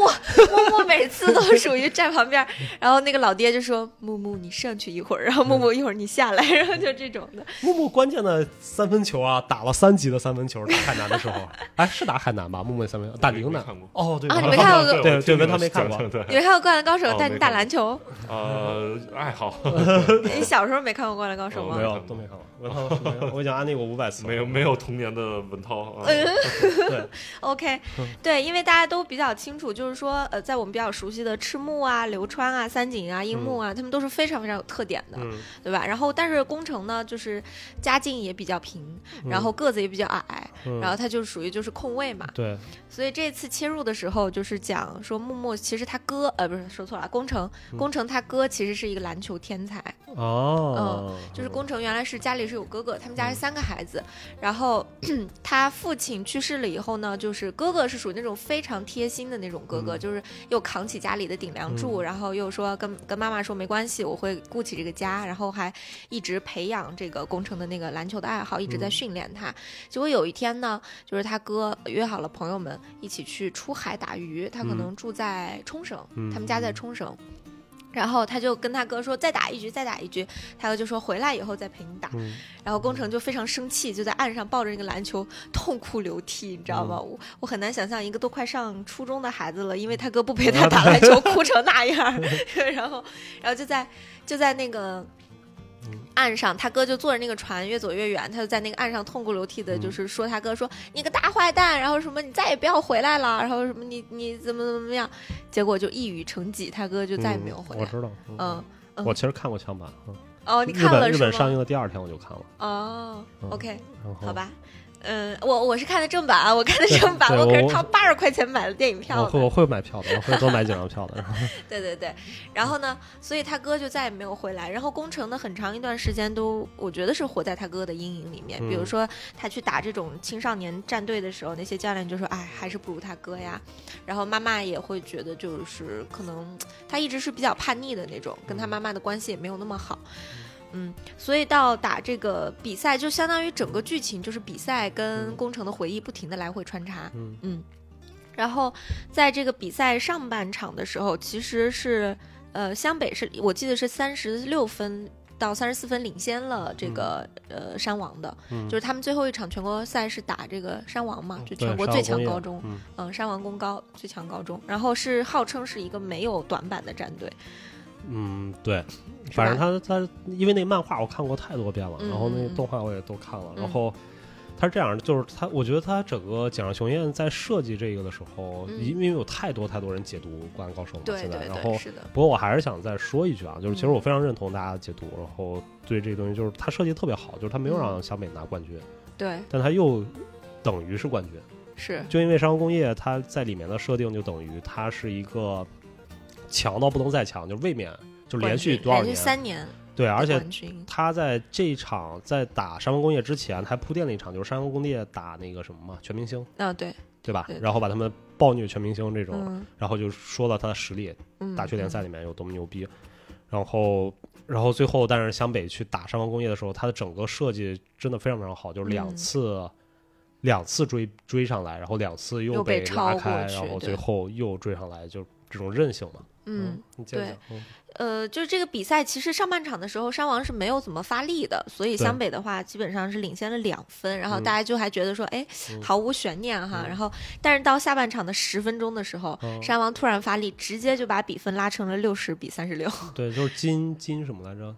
木木每次都属于站旁边儿， 然后那个老爹就说木木你上去一会儿，然后嗯木木一会儿你下来，然后就这种的。木木关键的三分球啊，打了三级的三分球，打海南的时候，哎，是打海南吧？木木的三分球打陵南没看过。哦，对啊我你没看过对对，文涛没看过，对 你没看过《灌篮高手哦》带没看你打过篮球？呃，爱好你小时候没看过《灌篮高手》哦吗没？有都没看过。文涛是没有，我已经安利过五百次了，没有没有童年的文涛哎啊，对， OK，对，嗯因为大家都比较清楚，就是说，呃，在我们比较熟悉的赤木啊、流川啊、三井啊、樱嗯木啊，他们都是非常非常有特点的，嗯对吧？然后，但是宫城呢，就是家境也比较平，嗯然后个子也比较矮，嗯然后他就属于就是控卫嘛。对，所以这次切入的时候，就是讲说木木其实他哥，呃，不是说错了，宫城，宫城他哥其实是一个篮球天才，哦，就是宫城原来是家里是有哥哥，他们家嗯是三个孩子，然后 他父亲去世了以后呢，就是哥哥是属于那种非常贴心的那种哥哥，嗯就是又扛起家里的顶梁柱，然后又说跟跟妈妈说没关系，我会顾起这个家，然后还一直培养这个宫城的那个篮球的爱好，一直在嗯训练他。结果有一天呢，就是他哥约好了朋友们一起去出海打鱼，他可嗯能住在冲绳，嗯他们家在冲绳。然后他就跟他哥说再打一局，再打一局。他哥就说回来以后再陪你打。嗯然后宫城就非常生气，就在岸上抱着那个篮球痛哭流涕，你知道嗯吗？我我很难想象一个都快上初中的孩子了，因为他哥不陪他打篮球，哭成那样 儿。 然后，然后就在就在那个嗯。岸上，他哥就坐着那个船越走越远，他就在那个岸上痛哭流涕的，嗯就是说他哥说、你个大坏蛋，然后什么你再也不要回来了，然后什么你你怎么怎么怎么样，结果就一语成疾，他哥就再也没有回我来。知道，嗯，嗯我其实看过枪版，嗯哦，你日看了本日是吗？本上映的第二天我就看了，哦嗯，OK，然后好吧，嗯，我我是看的正版啊，我看的正版，对我可是我掏八十块钱买了电影我票会的，我会买票的，我会多买几张票的。然后 对对对。然后呢，所以他哥就再也没有回来。然后宫城呢，很长一段时间都，我觉得是活在他哥的阴影里面。比如嗯说他去打这种青少年战队的时候，那些教练就说：“哎，还是不如他哥呀。”然后妈妈也会觉得，就是可能他一直是比较叛逆的那种，跟嗯他妈妈的关系也没有那么好。嗯，所以到打这个比赛，就相当于整个剧情就是比赛跟嗯宫城的回忆不停的来回穿插。嗯然后在这个比赛上半场的时候，其实是呃湘北是我记得是三十六分。到三十四分领先了这个、呃山王的，嗯，就是他们最后一场全国赛是打这个山王嘛，就对全国上最工强业高中，嗯嗯，山王工高最强高中，然后是号称是一个没有短板的战队，嗯，对，是反正吧他他因为那漫画我看过太多遍了，嗯然后那嗯嗯动画我也都看了，然嗯后。他是这样，就是他，我觉得他整个井上雄彦在设计这个的时候，嗯因为有太多太多人解读《灌篮高手》嘛，对现在，对然对，后是的，不过我还是想再说一句啊，就是其实嗯我非常认同大家的解读，然后对这东西就是他设计得特别好，就是他嗯没有让湘北拿冠军，对但他又等于是冠军，是，就因为商工业它在里面的设定就等于它是一个强到不能再强，就卫冕就连续冠军多少连续年？三年，对，而且冠军，他在这场在打山王工业之前还铺垫了一场，就是山王工业打那个什么嘛全明星，啊对，对吧？对然后把他们暴虐全明星这种，嗯然后就说了他的实力，嗯，打去联赛里面有多么牛逼。然后，然后最后，但是湘北去打上方工业的时候，它的整个设计真的非常非常好，就是两嗯次、两次追追上来，然后两次又被被超拉过开，去然后对最后又追上来，就这种韧性嘛。嗯，嗯，你接着讲。嗯呃，就是这个比赛，其实上半场的时候，山王是没有怎么发力的，所以对湘北的话基本上是领先了两分，然后嗯大家就还觉得说，哎、嗯毫无悬念哈。嗯然后，但是到下半场的十分钟的时候，嗯山王突然发力，直接就把比分拉成了六十比三十六。 对，就是金金什么来着？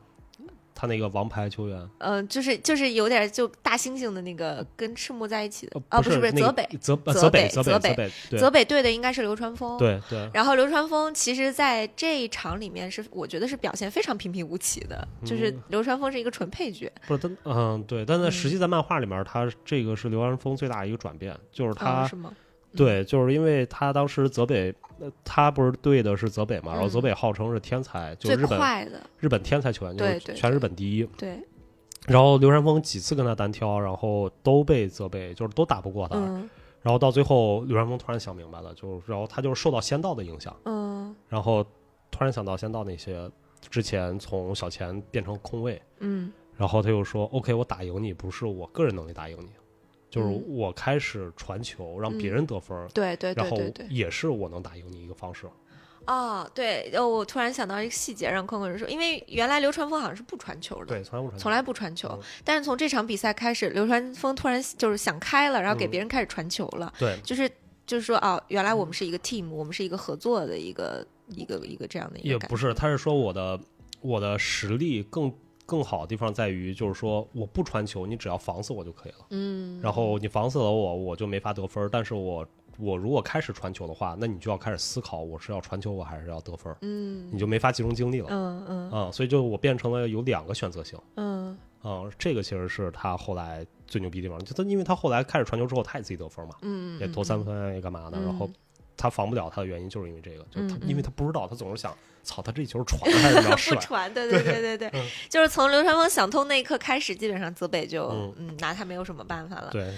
他那个王牌球员，呃，就是就是有点就大猩猩的那个跟赤木在一起的呃，啊，不不是不是那个泽北，泽呃泽泽北泽泽泽北北，泽对北队的应该是流川枫。。对对，然后流川枫其实在这一场里面是，我觉得是表现非常平平无奇的，就是嗯流川枫是一个纯配角，不是，但嗯对，但在实嗯际在漫画里面，他这个是流川枫最大的一个转变，就是啊，他是吗？对，就是因为他当时泽北，呃他不是对的是泽北嘛，然后嗯泽北号称是天才，就最是日本快的，日本天才球员，就对是对全对日本第一。对，然后流川枫几次跟他单挑，然后都被泽北就是都打不过他，嗯然后到最后流川枫突然想明白了，就是然后他就是受到仙道的影响，嗯然后突然想到仙道那些之前从小前变成空位，嗯然后他又说：“OK，我打赢你不是我个人能力打赢你，就是嗯我开始传球让别嗯人得分儿。，对对对然后对对。也是我能打赢你一个方式。哦，对，哦，我突然想到一个细节，让坤坤说，因为原来流川枫好像是不传球的。对，从来不传球，从来不传球嗯，但是从这场比赛开始，流川枫突然就是想开了，然后给嗯别人开始传球了，对就是就是说哦，原来我们是一个 team，、我们是一个合作的一个一个一个这样的一也个感不是，他是说我的我的实力更更好的地方在于，就是说我不传球，你只要防死我就可以了。嗯，然后你防死了我，我就没法得分儿。但是我我如果开始传球的话，那你就要开始思考，我是要传球，我还是要得分儿，嗯你就没法集中精力了。嗯嗯啊、所以就我变成了有两个选择性。嗯嗯，这个其实是他后来最牛逼的地方，就他因为他后来开始传球之后，他也自己得分嘛，嗯，也投三分也干嘛的，然后嗯他防不了他的原因，就是因为这个，就是他嗯，嗯因为他不知道，他总是想，操，他这球传了还 是要嗯不甩？传，对对对对对，就是从流川枫想通那一刻开始，基本上泽北就嗯嗯拿他没有什么办法了。对，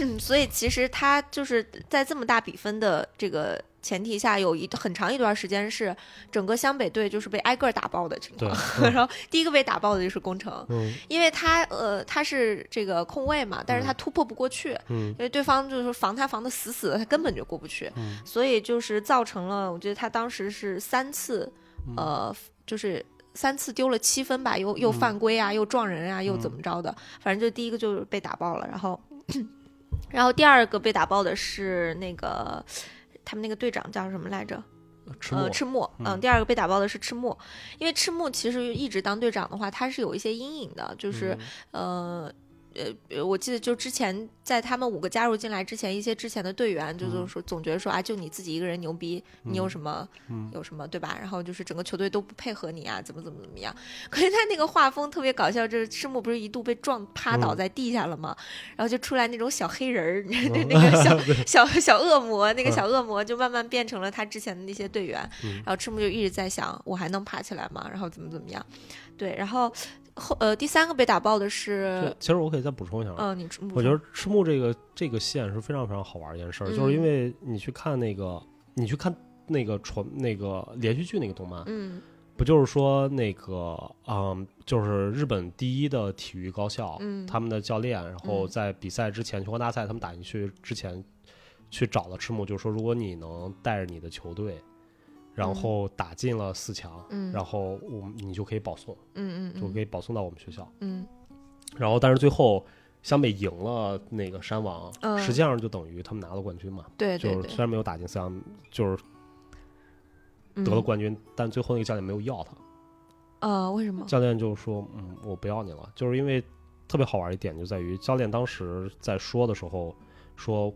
嗯，所以其实他就是在这么大比分的这个前提下，有一很长一段时间是整个湘北队就是被挨个儿打爆的情况。 然后第一个被打爆的就是宫城，嗯因为他呃他是这个控卫嘛，但是他突破不过去，嗯因为对方就是防他防的死死的，他根本就过不去，嗯所以就是造成了我觉得他当时是三次嗯呃就是。三次丢了七分吧，又又嗯犯规啊，又撞人啊，又怎么着的，反正就第一个就是被打爆了，然后， 然后第二个被打爆的是那个他们那个队长叫什么来着？吃呃，墨，赤木，嗯，嗯第二个被打爆的是赤木，因为赤木其实一直当队长的话，他是有一些阴影的，嗯就是、呃。呃，我记得就之前在他们五个加入进来之前，一些之前的队员就就是嗯说总觉得说啊，就你自己一个人牛逼，你有嗯什么嗯，有什么对吧？然后就是整个球队都不配合你啊，怎么怎么怎么样？可是他那个画风特别搞笑，就是赤木不是一度被撞趴倒嗯哦在地下了吗？然后就出来那种小黑人儿， 就那个 小小小恶魔，那个嗯小恶魔就慢慢变成了他之前的那些队员。嗯然后赤木就一直在想，我还能爬起来吗？然后怎么怎么样？对，然后后呃第三个被打爆的是这，嗯其实我可以再补充一下，啊嗯、你你我觉得赤木这个这个线是非常非常好玩儿一件事儿，就是因嗯为你去看那个，你去看那个传那个连续剧那个动漫，嗯不就是说那个嗯，就是日本第一的体育高校，嗯他们的教练，然后嗯在比赛之前，全国大赛他们打进去之前，去找了赤木，就说如果你能带着你的球队，然嗯后打进了四强，嗯然后我们你就可以保送，嗯嗯就嗯可以保送到我们学校。嗯然后但是最后湘北赢了那个山王，嗯实际上就等于他们拿了冠军嘛。对对就是对虽，然没有打进四强，就是得了冠军，但最后那个教练没有要他，嗯、呃为什么？教练就说：“嗯，我不要你了。”就是因为特别好玩一点就在于教练当时在说的时候说：“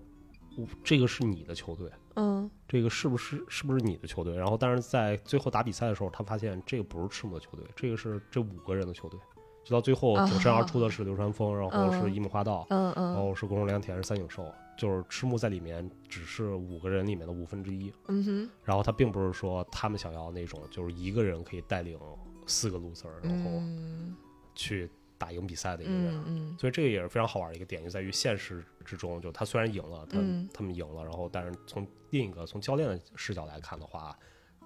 我这个是你的球队。”嗯这个是不是是不是你的球队？然后，但是在最后打比赛的时候，他发现这个不是赤木的球队，这个是这五个人的球队。就到最后啊挺身而出的是流川枫，然后是樱木花道，嗯然嗯后是宫城良田，是三井寿，就是赤木在里面只是五个人里面的五分之一。嗯哼然后他并不是说他们想要那种就是一个人可以带领四个 loser，然后嗯去打赢比赛的一个人。嗯嗯所以这个也是非常好玩的一个点，就在于现实之中，就他虽然赢了，他、嗯他们赢了，然后但是从另一个从教练的视角来看的话，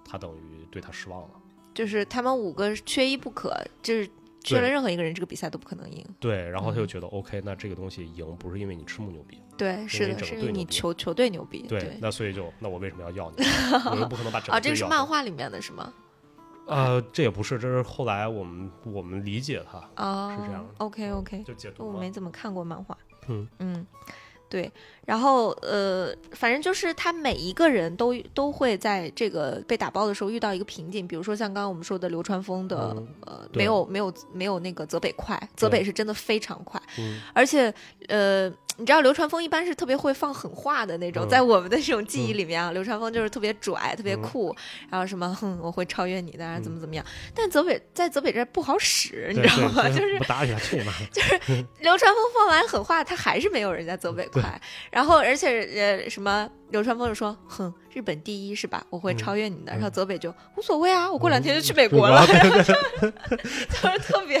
他等于对他失望了。就是他们五个缺一不可，就是缺了对任何一个人，这个比赛都不可能赢。对，然嗯后他就觉得、OK，那这个东西赢不是因为你赤木牛逼，对，是你的，整是个队你牛逼球球队牛逼。对，嗯对那所以就那我为什么要要你？ 我又不可能把整 啊，个队这个是要漫走。画里面的是吗？呃，这也不是，这是后来我们我们理解他啊，是这样的 OK OK，就解读我嘛没。怎么看过漫画。嗯对，然后呃，反正就是他每一个人都都会在这个被打爆的时候遇到一个瓶颈，比如说像刚刚我们说的流川枫的、嗯呃，对没有没有没有那个泽北快，泽北是真的非常快，嗯而且呃，你知道流川枫一般是特别会放狠话的那种，嗯在我们的这种记忆里面啊，流川枫就是特别拽、特别嗯酷，然后什么哼，我会超越你的，啊怎么嗯怎么样。但泽北在泽北这儿不好使，你对知道吗？对 就是不打起来，去你妈！流川枫放完狠话，他还是没有人家泽北快。然后，而且呃，什么流川枫就说：“哼，日本第一是吧？我会嗯超越你的。嗯然后泽北就无所谓啊，我过两 天就去嗯美对国我了。要对对就是特别，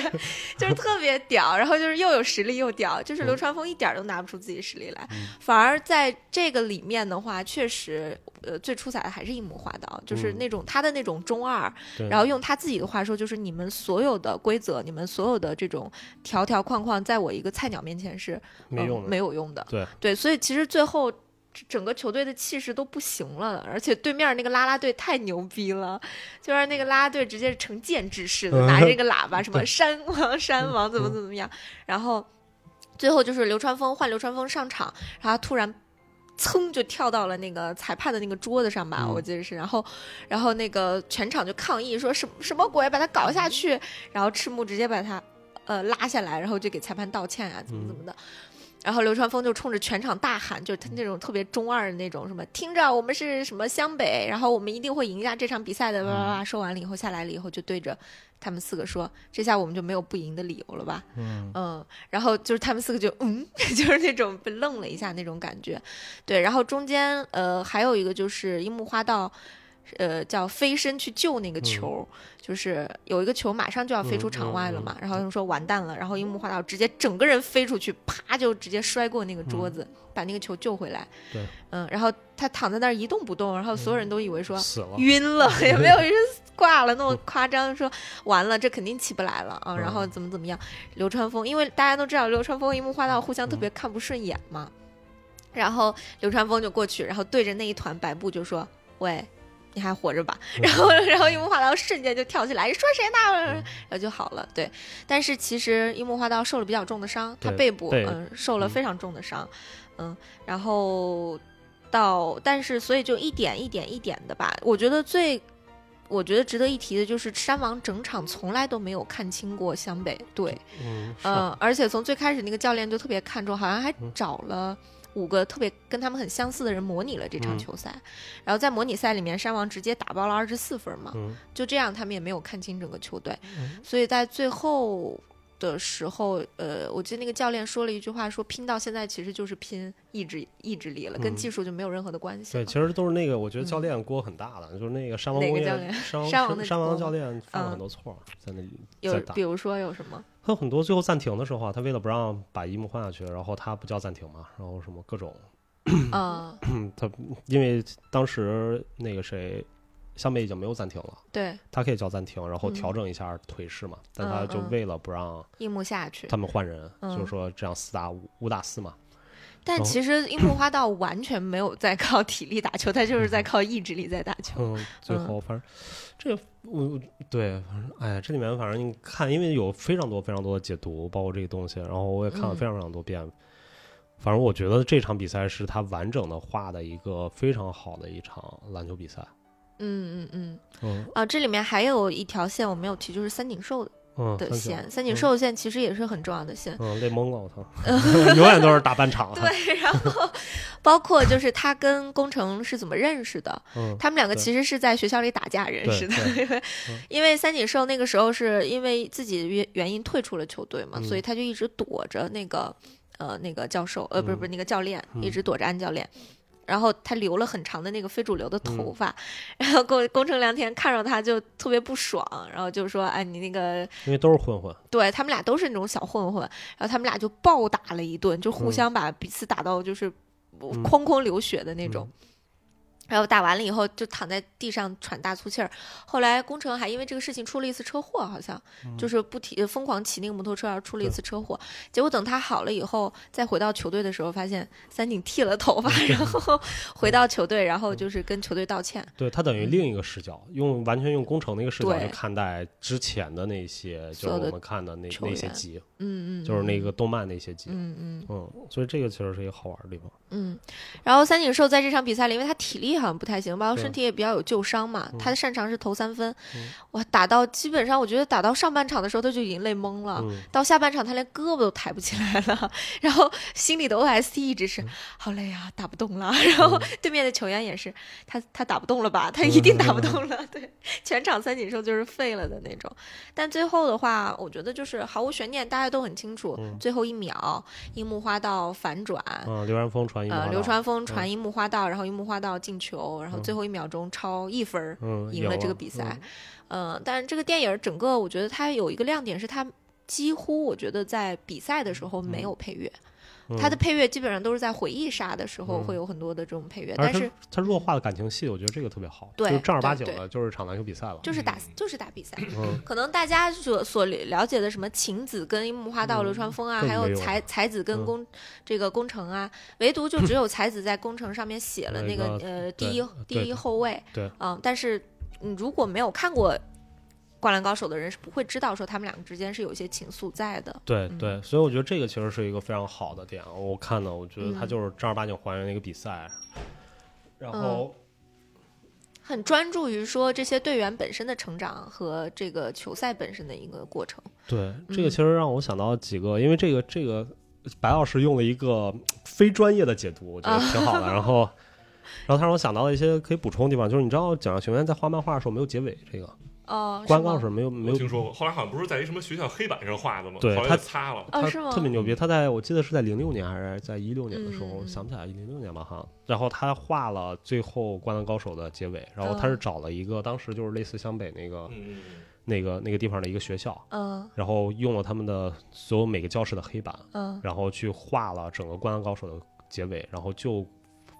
就是特别屌，然后就是又有实力又屌，就是流川枫一点儿都拿不出自己实力来，嗯反而在这个里面的话，确实，呃，最出彩的还是樱木花道，就是嗯那种、他的那种中二，对然后用他自己的话说，就是你们所有的规则，你们所有的这种条条框框，在我一个菜鸟面前是没呃用的，没有用的，对所以其实最后。整个球队的气势都不行了，而且对面那个啦啦队太牛逼了，就让那个啦啦队直接是成建制式的，嗯拿着一个喇叭，什么对嗯山 王山王怎么怎么样，然后最后就是流川枫换流川枫上场，然后突然噌就跳到了那个裁判的那个桌子上吧，嗯我记得是，然后然后那个全场就抗议说什么什么鬼，把他搞嗯下去，然后赤木直接把他呃拉下来，然后就给裁判道歉啊，怎么嗯怎么的。然后流川枫就冲着全场大喊，就是他那种特别中二的那种什么，听着我们是什么湘北，然后我们一定会赢下这场比赛的，叭叭叭。说完了以后下来了以后，就对着他们四个说，这下我们就没有不赢的理由了吧？嗯，嗯，然后就是他们四个就嗯， 就是那种被愣了一下那种感觉，对。然后中间呃还有一个就是樱木花道，呃叫飞身去救那个球，就是有一个球马上就要飞出场外了嘛，然后他们说完蛋了，然后樱木花道直接整个人飞出去，啪就直接摔过那个桌子，把那个球救回来。对，嗯，然后他躺在那儿一动不动，然后所有人都以为说、死了。晕了，也没有人挂了那么夸张，说完了这肯定起不来了啊，然后怎么怎么样？流川枫，因为大家都知道流川枫、樱木花道互相特别看不顺眼嘛，然后流川枫就过去，然后对着那一团白布就说：“喂。”你还活着吧？然后， 然后樱木花道瞬间就跳起来，你说谁呢？然后就好了。对，但是其实樱木花道受了比较重的伤，他对背部对嗯受了非常重的伤，嗯，然后到，但是所以就一点一点一点的吧。我觉得最，我觉得值得一提的就是山王整场从来都没有看清过湘北队，嗯，是嗯，而且从最开始那个教练就特别看重，好像还找了五个特别跟他们很相似的人模拟了这场嗯球赛，然后在模拟赛里面，山王直接打爆了二十四分嘛，嗯就这样他们也没有看清整个球队，嗯所以在最后。的时候，呃，我记得那个教练说了一句话，说拼到现在其实就是拼意志意志力了，跟嗯技术就没有任何的关系了。对，其实都是那个，我觉得教练锅很大的，就是那个山王嗯哪个工业教练山山王王的山王锅教练犯了嗯很多错儿，在那里有在，打比。如说有什么？他有很多最后暂停的时候啊，他为了不让把一幕换下去，然后他不叫暂停嘛，然后什么各种，嗯啊、他因为当时那个谁，湘北已经没有暂停了，对，他可以叫暂停，然后嗯调整一下腿势嘛，但嗯他就嗯为了不让樱木下去。他们换人，嗯就是说这样四打五五打四嘛，但然后其实樱木花道完全没有在靠体力打球，他就是在靠意志力在打球。 嗯，最嗯后反正这个我对，反正哎呀，这里面反正你看，因为有非常多非常多的解读，包括这个东西，然后我也看了嗯非常非常多遍。反正我觉得这场比赛是他完整的画的一个非常好的一场篮球比赛。嗯嗯嗯。嗯啊，这里面还有一条线我没有提，就是三井寿嗯，的三线。强三井寿的线其实也是很重要的线。嗯累懵了，我 操，永远都是打半场。啊对， 然后包括就是他跟宫城是怎么认识的？嗯，他们两个对其实是在学校里打架认对识的，对 因为嗯因为三井寿那个时候是因为自己的原原因退出了球队嘛，嗯所以他就一直躲着那个呃那个教授呃不是嗯不是那个教练，嗯一直躲着安教练。然后他留了很长的那个非主流的嗯头发，然后宫宫城良田看着他就特别不爽，然后就说：“哎，你那个因为都是混混。对他们俩都是那种小混混，然后他们俩就暴打了一顿，就嗯互相把彼此打到就是哐哐流血的那嗯种。然后打完了以后，就躺在地上喘大粗气儿。后来宫城还因为这个事情出了一次车祸，好像、嗯就是不停呃疯狂骑那个摩托车，然后出了一次车祸。结果等他好了以后，再回到球队的时候，发现三井剃 了头发，然后回到球队，然嗯后就是跟球队道歉。对他等于另一个视角，用完全用工程那个视角嗯对去看待之前的那些，就是所有的我们看的那球那些员集，嗯嗯，就是那嗯个动漫那些集。嗯嗯。嗯，所以这个其实是一个好玩的地方。嗯，然后三井寿在这场比赛里，因为他体力好像不太行，包括对身体也比较有旧伤嘛，嗯他擅长是投三分。嗯哇，打到基本上，我觉得打到上半场的时候，他就已经累懵了。嗯，到下半场，他连胳膊都抬不起来了，然后心里的 OST 一直嗯是、好累啊，打不动了。然后对面的球员也是，他他打不动了吧？嗯他一定打不动了。对，全场三井寿就是废了的那种。但最后的话，我觉得就是毫无悬念，大家都很清楚，嗯最后一秒樱木花道反转，嗯，流川枫传一呃，流川枫传嗯樱木花道，然后樱木花道进球，然后最后一秒钟超一分儿嗯赢了这个比赛。嗯、但是这个电影整个我觉得它有一个亮点是它几乎我觉得在比赛的时候没有配乐，它的配乐基本上都是在回忆杀的时候嗯会有很多的这种配乐，而但是他弱化了感情戏，我觉得这个特别好，对就正儿八经对的就是场篮球比赛了。就是打、嗯就是打比赛。 嗯，可能大家所所了解的什么晴子跟樱木花道、嗯流川枫啊，更还没有有才了才子跟嗯宫、这个宫城啊，唯独就只有才子在宫城上面写了嗯那那个个呃第一对第一对后卫，对嗯，但是你如果没有看过《灌篮高手》的人是不会知道说他们两个之间是有一些情愫在的，对嗯对，所以我觉得这个其实是一个非常好的点。我看了，我觉得他嗯就是正儿八经还原那个比赛，然后很专注于说这些队员本身的成长和这个球赛本身的一个过程。嗯对这个其实让我想到几个，因为这个这个白老师用了一个非专业的解读，我觉得挺 好的。然后，然后他让我想到了一些可以补充的地方，就是你知道《讲学院》在画漫画的时候没有结尾，这个哦，官是吗告是没有没我有听说过。后来好像不是在一什么学校黑板上画的吗？对后来他就擦了。哦他是吗？特别牛逼，他在我记得是在零六年还是在一六年的时候，嗯嗯嗯想不起来零六年吧哈。然后他画了最后《灌篮高手》的结尾，然后哦他是找了一个、当时就是类似湘北那个、嗯，嗯那个那个地方的一个学校，嗯然后用了他们的所有每个教室的黑板，嗯然后去画了整个《灌篮高手》的结尾，然后就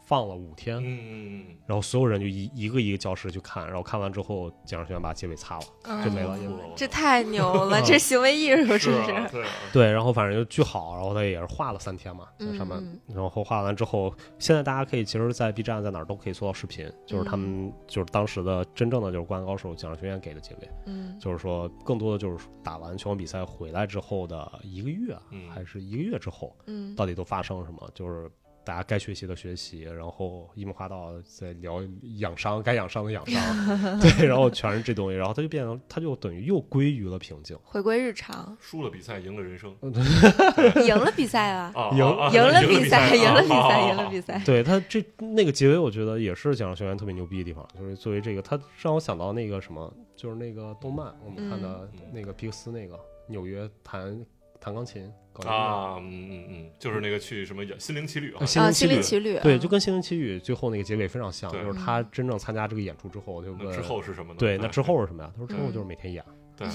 放了五天，嗯嗯嗯然后所有人就一一个一个教室去看，然后看完之后，蒋上学院把结尾擦了。嗯，就没了嗯，嗯这太牛 了，这行为艺术真是啊，是。对啊，对，然后反正就巨好，然后他也是画了三天嘛，在上面，嗯然后画完之后，现在大家可以其实，在 B 站在哪儿都可以搜到视频，就是他们、就是当时的真正的就是《灌篮高手》讲学院给的结尾，嗯就是说更多的就是打完全国比赛回来之后的一个月、嗯还是一个月之后，嗯到底都发生了什么？就是大家该学习的学习，然后一木花道在聊养伤，该养伤的养伤，对，然后全是这东西，然后它就变成，它就等于又归于了平静。回归日常，输了比赛，赢了人生。赢了比赛啊，啊，赢啊啊 赢了比比赛，赢了比啊赛，啊赢了啊比赛。对他这那个结尾，我觉得也是讲学员特别牛逼的地方，就是作为这个，他让我想到那个什么，就是那个动漫我们看的嗯那个皮克斯那个纽约弹弹钢琴搞音乐啊，嗯嗯嗯，就是那个去什么心灵奇旅啊啊，心啊，灵心奇灵旅。奇旅，对，嗯就跟《心灵奇遇》最后那个结尾非常像，对就是他真正参加这个演出之后，就那问之后是什么呢？对，那之后是什么呀？他说之后嗯就是每 天演，对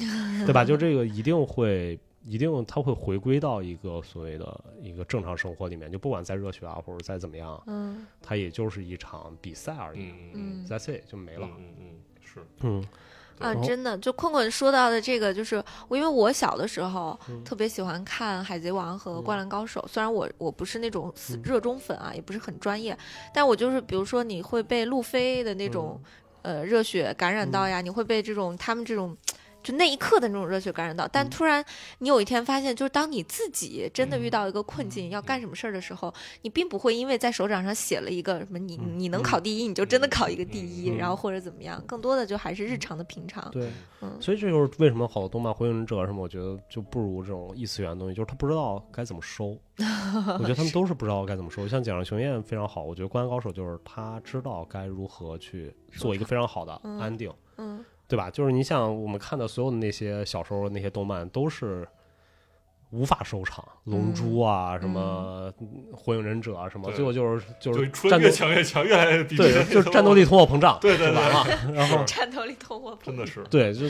对吧？就这个一定会，一定他会回归到一个所谓的一个正常生活里面，就不管再热血啊，或者再怎么样，嗯它也就是一场比赛而已。嗯嗯嗯 That's it，就没没了。嗯嗯嗯是嗯啊，然后真的，就困困说到的这个，就是我，因为我小的时候嗯特别喜欢看《海贼王》和《嗯灌篮高手》，虽然我我不是那种死嗯热衷粉啊，也不是很专业，但我就是比如说你会被路飞的那种、嗯呃热血感染到呀，你会被这种他们这种。就那一刻的那种热血感染到，但嗯突然你有一天发现，就是当你自己真的遇嗯到一个困境，要嗯干什么事儿的时候，你并不会因为在手掌上写了一个什么你嗯你能嗯考第一，你就真的考一个第一，嗯然后或者怎么样，更多的就还是日常的平常。对，嗯所以这就是为什么好多动漫《火影忍者》什么，我觉得就不如这种异次元的东西，就是他不知道该怎么收。我觉得他们都是不知道该怎么收。像《井上雄彦》非常好，我觉得《灌篮高手》就是他知道该如何去做一个非常好的嗯 ending，、嗯对吧？就是你想我们看的所有的那些小时候那些动漫都是。无法收场，《龙珠》啊，嗯什么《火影忍者》啊，什么，对最后就是就就是出战斗越，强越强，越来越比对，就是战斗力通货膨胀，啊对对就对完了。然后 战斗力通货膨真的是对，就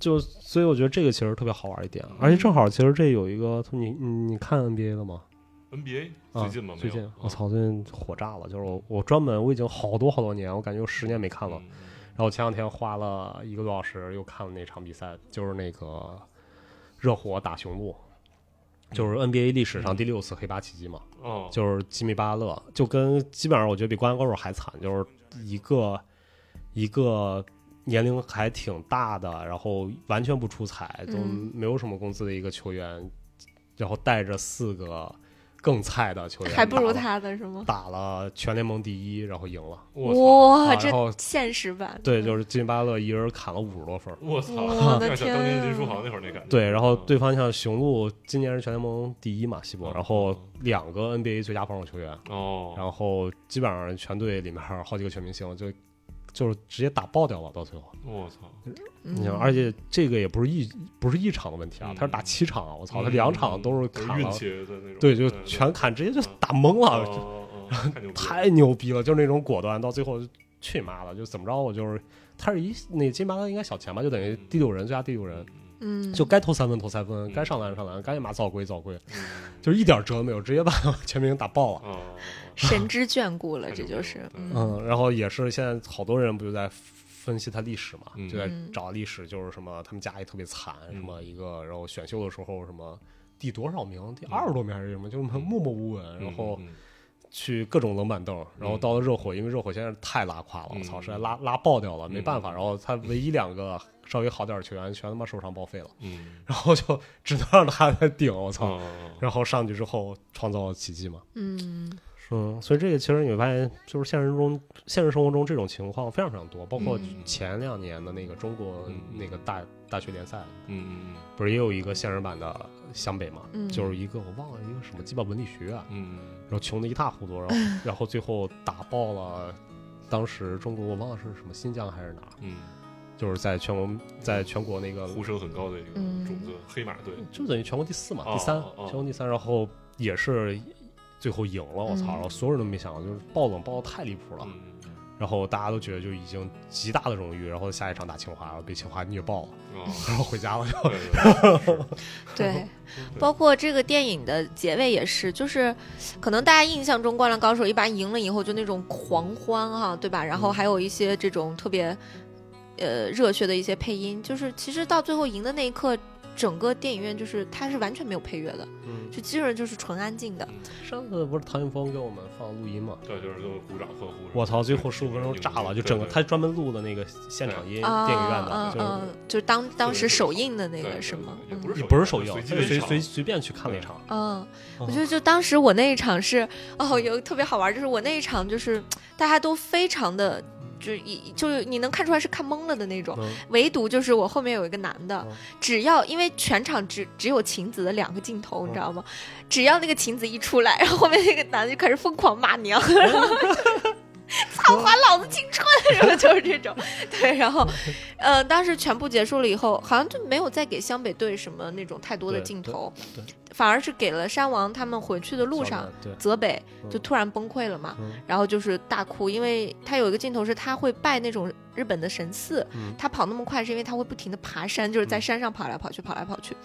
就所以我觉得这个其实特别好玩一点，啊嗯而且正好其实这有一个，你你你看 NBA 了吗？ NBA 啊，最近吗？没最有近啊我操，最近火炸了！就是我我专门我已经好多好多年，我感觉有十年没看了。嗯然后我前两天花了一个多小时又看了那场比赛，就是那个热火打雄鹿，就是嗯 NBA 历史上第六次黑八奇迹嘛，哦，就是吉米巴勒，就跟基本上我觉得比灌篮高手还惨，就是一个一个年龄还挺大的，然后完全不出彩，都嗯没有什么工资的一个球员，然后带着四个更菜的球员，还不如他的是吗？打了打了全联盟第一，然后赢了。我操哇，啊这然后现实版对，就是吉米巴勒一人砍了五十多分儿。我操，我有的点像当天年啊林书豪那会儿那感觉。对，然后嗯对方像雄鹿，今年是全联盟第一嘛，西部，嗯然后两个 NBA 最佳防守球员，哦，然后基本上全队里面儿好几个全明星就就是直接打爆掉了，到最后。我操，你嗯，想，而且这个也不是一不是一场的问题啊嗯，他是打七场啊，我操，嗯他两场都是都是砍运了，气的那种，对，就全砍，直接就打懵了，了，嗯哦哦 哦太牛逼了太牛逼了，就是那种果断，到最后去妈的，就怎么着我就是，他是一那金巴拉应该小前吧，就等于第六人最佳第六人，嗯嗯，就该投三分投三分嗯，该上篮上篮，该嘛早归早归，嗯就是一点辙都没有，直接把 全明星打爆了。哦，神之眷 顾了，太这牛逼就了是对嗯，然后也是现在好多人不就在分析他历史嘛，嗯就在嗯找历史，就是什么他们家也特别惨，嗯什么一个，然后选秀的时候什么第多少名，第二十多名还是什么，就是默默无闻， 然后嗯嗯去各种冷板凳，然后到了热火，因为热火现在太拉胯了，我操，嗯实在拉拉爆掉了，没办法，嗯然后他唯一两个稍微好点儿的球员全他妈受伤报废了，嗯，然后就只能让他来顶，我操，哦，然后上去之后创造了奇迹嘛。 嗯，嗯，所以这个其实你会发现，就是现实中、现实生活中这种情况非常非常多，包括嗯前两年的那个中国嗯那个大大学联赛，嗯不是也有一个现实版的湘北嘛？嗯就是一个我忘了一个什么鸡巴文理学院，嗯然后穷的一塌糊涂，然后 然后最后打爆了当时中国我忘了是什么新疆还是哪儿，嗯就是在全国在全国那个嗯，呼声很高的一个嗯种子黑马队，就等于全国第四嘛，哦第三，哦哦全国第三，然后也是最后赢了，我操！嗯然后所有人都没想到，就是爆冷爆的太离谱了，嗯，然后大家都觉得就已经极大的荣誉，然后下一场打清华，然后被清华虐爆了， 哦，然后回家了。对对对是对，对 包括这个电影的结尾也是，就是可能大家印象中《灌篮高手》一般赢了以后就那种狂欢哈、对吧？然嗯后还有一些这种特别呃热血的一些配音，就是其实到最后赢的那一刻，整个电影院就是它是完全没有配乐的，嗯，就基本上就是纯安静的。上次不是唐云峰给我们放录音嘛？对，就是都鼓掌欢呼什么的。我操！最后十五分钟炸了，就整个他专门录的那个现场音，电影啊院的，啊就啊！就是当当时首映的那对个对是吗？对也嗯不是也不是首映，随机就的一随场随随便去看了一场。嗯，我嗯觉得就当时我那一场是，哦，有特别好玩，就是我那一场就是大家都非常的，就一就是你能看出来是看懵了的那种，嗯，唯独就是我后面有一个男的嗯，只要因为全场只只有晴子的两个镜头，你知嗯道吗？只要那个晴子一出来，然 后后面那个男的就开始疯狂骂娘。 操，花老子青春，然后就是这种， 对，然后，呃，当时全部结束了以后，好像就没有再给湘北队什么那种太多的对镜对头，对反而是给了山王他们回去的路上，对，泽北就嗯突然崩溃了嘛，嗯然后就是大哭，因为他有一个镜头是他会拜那种日本的神寺，嗯他跑那么快是因为他会不停的爬山，就是在嗯山上跑来跑去，跑来跑去。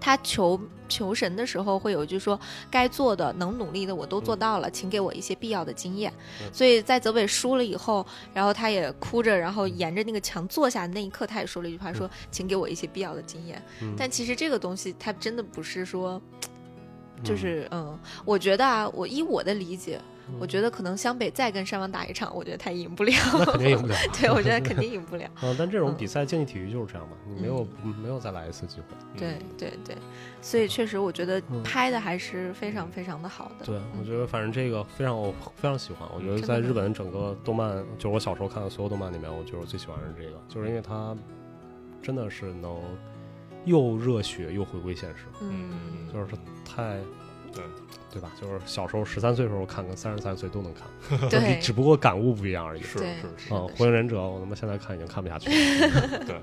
他求求神的时候会有一句说：“该做的、能努力的我都做到了，请给我一些必要的经验。嗯所以在泽北输了以后，然后他也哭着，然后沿着那个墙坐下那一刻，他也说了一句话说：“请给我一些必要的经验。嗯但其实这个东西，它真的不是说，嗯就是嗯我觉得啊，我依我的理解，得我觉得可能湘北再跟山王打一场，我觉得他赢不了。 那肯定赢不了。 对，我觉得肯 定赢不了。啊，但这种嗯比赛竞技体育就是这样嘛，你没有没有再来一次机会。嗯对对对，所以确实我觉得嗯拍的还是非常非常的好的。嗯对，我觉得反正这个非常我非常喜欢。我觉得真的在吗日本整个动漫，就是我小时候看的所有动漫里面，我觉得我最喜欢的是这个，就是因为它真的是能又热血又回归现实，嗯，就是太对对吧？就是小时候十三岁的时候看，跟三十三岁都 能看，就是 对你只不过感悟不一样而已。是对是是的嗯，是火影忍者我他妈现在看已经看不下去了。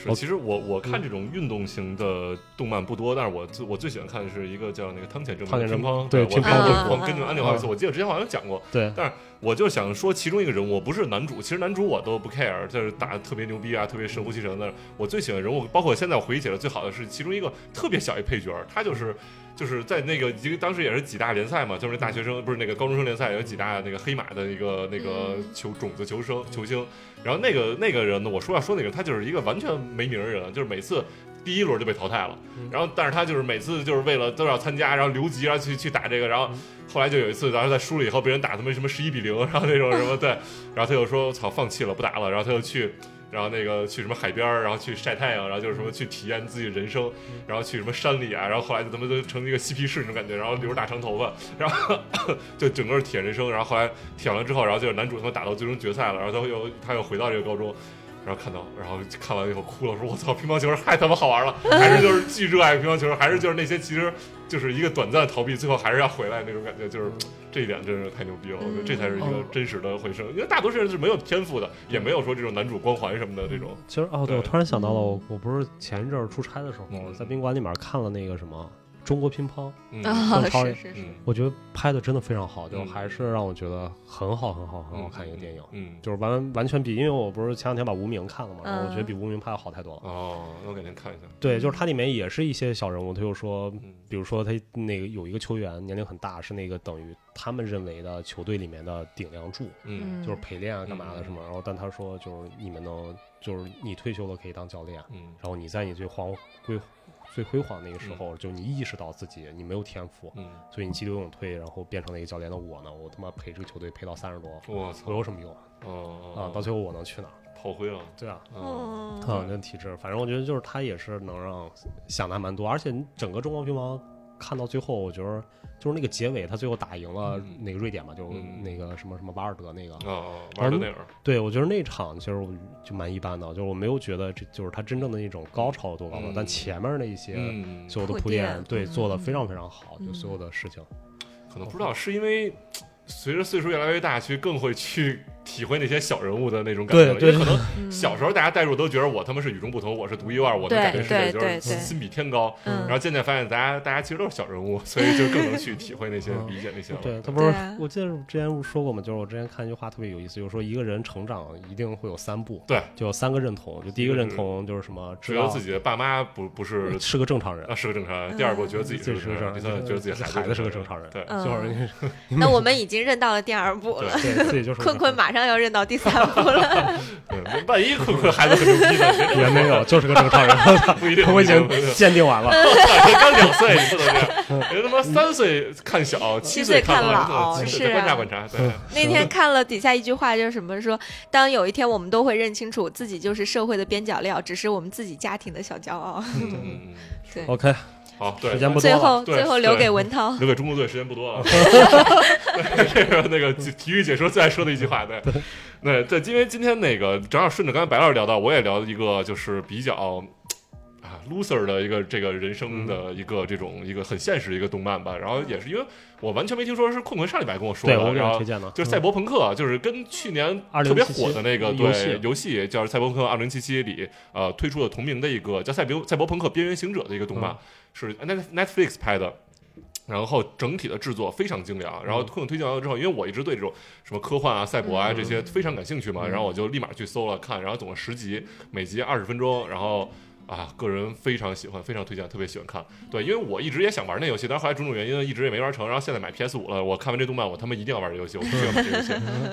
是，我嗯其实我我看这种运动型的动漫不多，但是我最我最喜欢看的是一个叫那个汤浅政汤明浅政的乒乓，对我乒嗯乓我我啊我跟你们安利过一次，我记得之前好像讲过，对，我就想说其中一个人物，我不是男主，其实男主我都不 care，就是打得特别牛逼啊，特别神乎其神的。我最喜欢的人物，包括现在我回忆起来最好的是其中一个特别小一配角，他就是。就是在那个，因为当时也是几大联赛嘛，就是大学生不是那个高中生联赛有几大那个黑马的那个那个嗯球种子球生球星，然后那个那个人呢，我说要说那个人，他就是一个完全没名儿的人，就是每次第一轮就被淘汰了嗯，然后但是他就是每次就是为了都要参加，然后留级，然后去去打这个，然后后来就有一次，然后在输了以后被人打他妈什么十一比零， 然后那种什么对，然后他就说操放弃了不打了，然后他就去。然后那个去什么海边儿，然后去晒太阳，然后就是什么去体验自己人生，然后去什么山里啊，然后后来就他妈都成一个嬉皮士那种感觉，然后留着大长头发，然后 就整个铁人生，然后后来铁完之后，然后就是男主他们打到最终决赛了，然后他又他又回到这个高中，然后看到，然后看完以后哭了，说我操，乒乓球太他妈好玩了，还是就是巨热爱乒乓球，还是就是那些其实就是一个短暂的逃避，最后还是要回来那种感觉，就是这一点真是太牛逼了，我觉得这才是一个真实的回声，因为大多数人是没有天赋的，也没有说这种男主光环什么的这种，其实哦，对，对我突然想到了，我嗯我不是前一阵儿出差的时候，嗯我在宾馆里面看了那个什么中国乒乓，嗯啊，邓超是也是是，嗯我觉得拍的真的非常好，就嗯还是让我觉得很好很好很好哦看一个电影，嗯，就是完完全比，因为我不是前两天把《无名》看了嘛，嗯然后我觉得比《无名》拍的好太多了。哦，那我改天看一下，对，就是它里面也是一些小人物，他就说，嗯比如说他那个有一个球员年龄很大，是那个等于他们认为的球队里面的顶梁柱，嗯嗯，就是陪练啊干嘛的什么，然后但他说就是你们能，就是你退休了可以当教练，嗯然后你在你最黄辉最辉煌那个时候，就你意识到自己你没有天赋，嗯，所以你激流勇退，然后变成了一个教练的我呢，我他妈陪这个球队陪到三十多，我我操，有什么用啊？哦到最后我能去哪儿？炮灰了，对啊，哦，啊，那体制，反正我觉得就是他也是能让想的还蛮多，而且整个中国乒乓看到最后，我觉得就是那个结尾，他最后打赢了嗯那个瑞典嘛，就是嗯那个什么什么瓦尔德那个。啊，玩的那样，对，我觉得那场其实我就蛮一般的，就是我没有觉得这就是他真正的那种高潮有多高嘛，嗯但前面那一些嗯，所有的铺铺垫垫，对，嗯做的非常非常好，就嗯所有的事情。可能不知道是因为。随着岁数越来越大，其实更会去体会那些小人物的那种感觉了。对对因为可能嗯小时候大家代入都觉得我他妈是与众不同，我是独一无二，我能对改变世界，对就是对对心比天高。嗯然后渐渐发现，大家大家其实都是小人物，所以就更能去体会那些、嗯理解那些了。对他不是对啊，我记得之前不是说过嘛，就是我之前看一句话特别有意思，就是说一个人成长一定会有三步，对，就有三个认同，就第一个认同就是嗯什么，只知有道自己的爸妈不不是是个正常人啊，，是个正嗯常人。第二步，觉得自己是个正常人；第自己是个正常人三步，觉得自己嗯孩子是个人。正对，嗯最好人那我们已经认到了第二步了，对自己 就是困困马上要认到第三步了。 嗯万一坤坤孩子很牛逼呢？别也没有，就是个正常 人，不一定。我已不一定经不一定鉴定完了。 刚两岁，你不能这嗯样。人他妈三岁看小，七岁老，七岁看老七岁是啊观察观察。嗯对，那天看了底下一句话，就是什么说，当有一天我们都会认清楚自己就是社会的边角料，只是我们自己家庭的小骄傲。嗯嗯嗯，对， OK，好，对，时间不多 最了。后对最后留对给文涛。留给中国队时间不 多了。 这个那个体育解说最爱说的一句话，对，那对，因为今天那个正好顺着刚才白老师聊到，我也聊一个就是比较。啊，loser 的一个这个人生嗯的一个这种一个很现实的一个动漫吧，然后也是因为我完全没听说是困困上礼拜跟我说对的，我给然你后推荐的，嗯就是赛博朋克，啊就是跟去年2077特别火的那个嗯游戏对游戏叫《赛博朋克二零七七》里呃推出的同名的一个叫《赛博赛博朋克边缘行者》的一个动漫嗯，是 Net Netflix 拍的。然后整体的制作非常精嗯良，然后推推荐完了之后，因为我一直对这种什么科幻啊、赛博嗯啊这些非常感兴趣嘛，然后我就立马去搜了看，然后总共十集，每集二十分钟，然后啊，个人非常喜欢，非常推荐，特别喜欢看。对，因为我一直也想玩那游戏，但是后来种种原因一直也没玩成。然后现在买 PS 五了，我看完这动漫，我他妈一定要玩这游戏，我必须要买这游戏。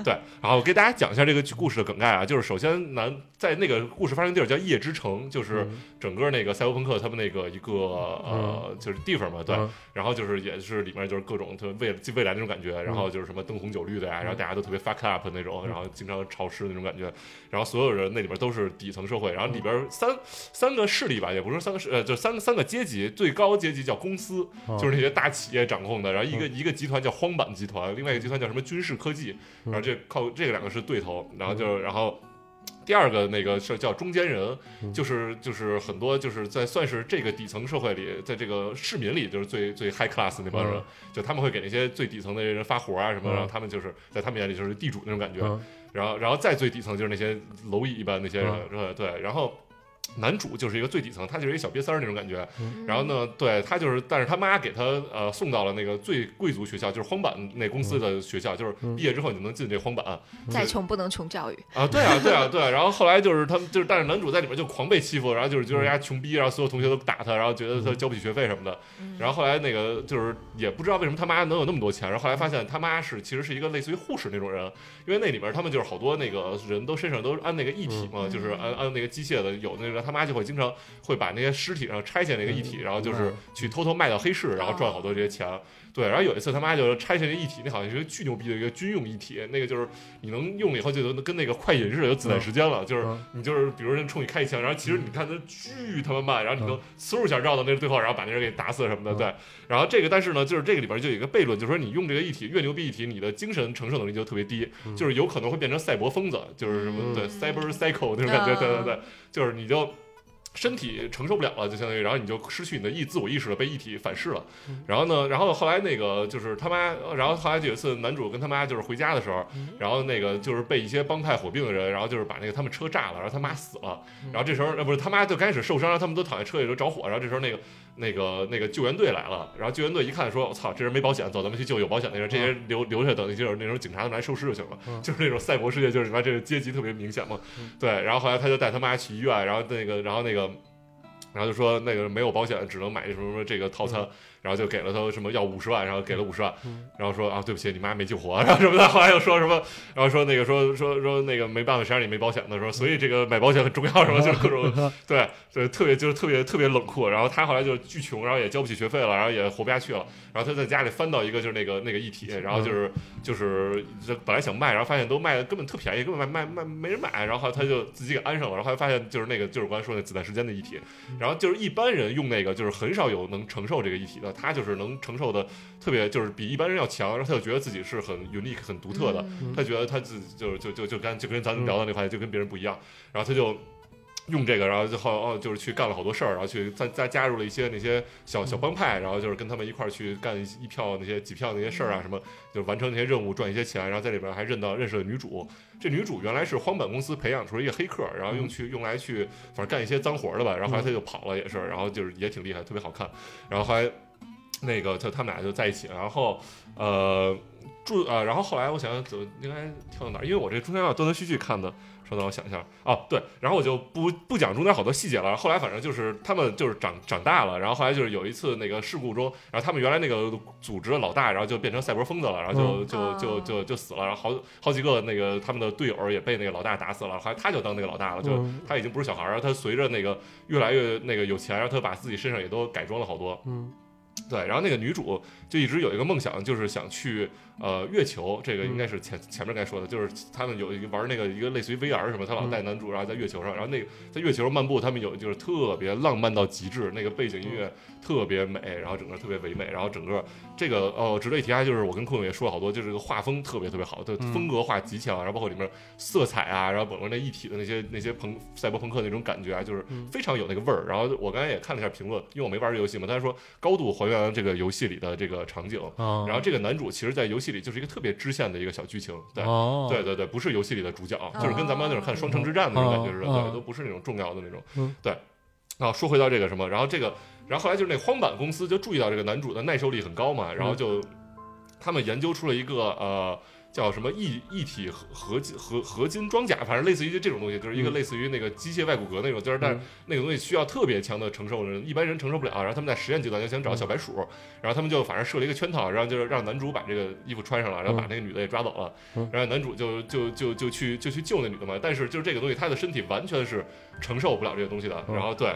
对，然后我给大家讲一下这个故事的梗概啊，就是首先南在那个故事发生地儿叫夜之城，就是整个那个赛博朋克他们那个一个呃就是地方嘛，对。嗯然后就是也是里面就是各种特未未来那种感觉，然后就是什么灯红酒绿的呀，然后大家都特别 fuck up 那种，然后经常潮湿那种感觉，然后所有人那里边都是底层社会，然后里边三三个势力吧，也不是三个势，呃，就三个三个阶级，最高阶级叫公司，哦就是那些大企业掌控的，然后一嗯个一个集团叫荒坂集团，另外一个集团叫什么军事科技，嗯然后这靠这两个是对头，然后就然后。第二个那个是叫中间人，嗯就是就是很多就是在算是这个底层社会里，在这个市民里就是最最 high class 那帮人嗯，就他们会给那些最底层的人发活啊什么，嗯然后他们就是在他们眼里就是地主那种感觉，嗯然后然后再最底层就是那些蝼蚁一般那些人，嗯对对，然后。男主就是一个最底层，他就是一个小瘪三儿那种感觉。嗯然后呢，对他就是，但是他妈给他呃送到了那个最贵族学校，就是荒坂那公司的学校，就是毕业之后你就能进这荒坂。嗯再穷不能穷教育，啊，对啊，对啊，对啊。然后后来就是他们，就是但是男主在里面就狂被欺负，然后就是觉得人家穷逼，然后所有同学都打他，然后觉得他交不起学费什么的。然后后来那个就是也不知道为什么他妈能有那么多钱，然后后来发现他妈是其实是一个类似于护士那种人，因为那里边他们就是好多那个人都身上都是按那个液体嘛，就是按按那个机械的，有那个他妈就会经常会把那些尸体上拆下那个液体，然后就是去偷偷卖到黑市，然后赚好多这些钱。对，然后有一次他妈就拆下那一体，那好像是一个巨牛逼的一个军用一体，那个就是你能用了以后就能跟那个快银似的，有子弹时间了，就是嗯你就是比如人冲你开一枪，然后其实你看他巨他妈慢，然后你能嗖一下绕到那最后，然后把那人给打死什么的，对。然后这个但是呢，就是这个里边就有一个悖论，就是说你用这个一体越牛逼一体，你的精神承受能力就特别低，就是有可能会变成赛博疯子，就是什么对 cyber psycho 那种感觉，对对对，就是你就。身体承受不了了，就相当于，然后你就失去你的意自我意识了，被一体反噬了。然后呢，然后后来那个就是他妈，然后后来有一次男主跟他妈就是回家的时候，然后那个就是被一些帮派火并的人，然后就是把那个他们车炸了，然后他妈死了。然后这时候呃不是他妈就开始受伤，然后他们都躺在车里头着火。然后这时候那个那个那个救援队来了，然后救援队一看说：“我操，这人没保险，走，咱们去救有保险的人，这些人留留下等那些人那种警察他们来收尸就行了。就是那种赛博世界，就是什么这个阶级特别明显嘛。对，然后后来他就带他妈去医院，然后那个然后那个。然后就说那个没有保险，只能买什么什么这个套餐，然后就给了他什么要五十万，然后给了五十万，然后说啊对不起，你妈没救活，然后什么的，后来又说什么，然后说那个说说说那个没办法，谁让你没保险的，说所以这个买保险很重要，什么就是各种对对，特别就是特别特别冷酷。然后他后来就巨穷，然后也交不起学费了，然后也活不下去了，然后他在家里翻到一个就是那个那个一体，然后就是就是就本来想卖，然后发现都卖的根本特便宜，根本卖卖卖没人买，然后他就自己给安上了，然后后来发现就是那个就是我刚才说那子弹时间的一体，然后然后就是一般人用那个，就是很少有能承受这个议题的，他就是能承受的特别，就是比一般人要强，然后他就觉得自己是很 unique、很独特的，嗯他觉得他自己就是就就就跟就跟咱聊的那话题就跟别人不一样，然后他就用这个，然后就后哦就是去干了好多事儿，然后去再再加入了一些那些小小帮派，然后就是跟他们一块儿去干一一票那些几票那些事儿啊什么，就是完成那些任务赚一些钱，然后在里边还认到认识了女主，这女主原来是荒坂公司培养出了一个黑客，然后用去用来去反正干一些脏活儿的吧，然后后来他就跑了也是，然后就是也挺厉害，特别好看，然后后来那个他他们俩就在一起，然后呃。住啊、然后后来我想想怎么应该跳到哪儿，因为我这中间要断断续续看的，稍等我想一下啊，对，然后我就不不讲中间好多细节了。后来反正就是他们就是长长大了，然后后来就是有一次那个事故中，然后他们原来那个组织的老大，然后就变成赛博疯子了，然后就、就就就就死了，然后好好几个那个他们的队友也被那个老大打死了，后来他就当那个老大了，就、嗯他已经不是小孩儿了，他随着那个越来越那个有钱，然后他把自己身上也都改装了好多，嗯对，然后那个女主就一直有一个梦想，就是想去呃月球，这个应该是前前面该说的，就是他们有一个玩那个一个类似于 VR 什么，他老嗯带男主然后在月球上，然后那个在月球上漫步，他们有就是特别浪漫到极致，那个背景音乐嗯特别美，然后整个特别唯美，然后整个这个哦，值得一提啊，就是我跟坤伟也说了好多，就是这个画风特别特别好，对，嗯风格化极强，然后包括里面色彩啊，然后整个那一体的那些那些朋赛博朋克那种感觉啊，就是嗯非常有那个味儿。然后我刚才也看了一下评论，因为我没玩这游戏嘛，他说高度还原了这个游戏里的这个场景。啊然后这个男主其实，在游戏里就是一个特别支线的一个小剧情，对，哦，对对对，不是游戏里的主角，就是跟咱们那种看《双城之战》那种感觉似的，哦对，都不是那种重要的那种。嗯对。然后说回到这个什么，然后这个，然后后来就是那荒坂公司就注意到这个男主的耐受力很高嗯嘛，然后就他们研究出了一个呃。叫什么一一体合合金合合金装甲，反正类似于这种东西，就是一个嗯类似于那个机械外骨骼那种，就是但是那个东西需要特别强的承受人，一般人承受不了。然后他们在实验阶段就想嗯找小白鼠，然后他们就反正设了一个圈套，然后就是让男主把这个衣服穿上了，然嗯后把那个女的也抓走了。然后男主就就就就去就去救那女的嘛，但是就是这个东西，他的身体完全是承受不了这个东西的。嗯然后对，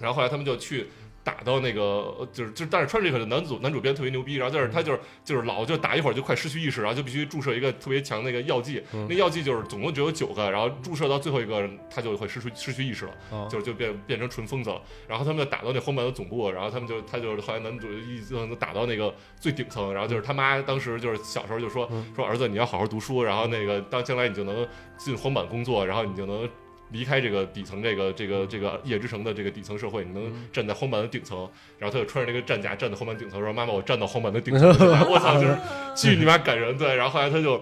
然后后来他们就去。打到那个呃就是就是，但是穿这个的男主男主编特别牛逼，然后嗯但是他就是就是老就打一会儿就快失去意识，然后就必须注射一个特别强那个药剂，嗯那药剂就是总共只有九个，然后注射到最后一个他就会失去失去意识了，哦就是就变变成纯疯子了。然后他们就打到那荒坂的总部，然后他们就他就是后来男主一直能打到那个最顶层，然后就是他妈当时就是小时候就说、说儿子你要好好读书，然后那个当将来你就能进荒坂工作，然后你就能。离开这个底层，这个这个这个夜之城的这个底层社会，你能站在荒坂的顶层，然后他就穿着这个战甲站在荒坂顶层，说：“妈妈，我站到荒坂的顶层了。” 我操，就是巨你妈感人。对，然后后来他就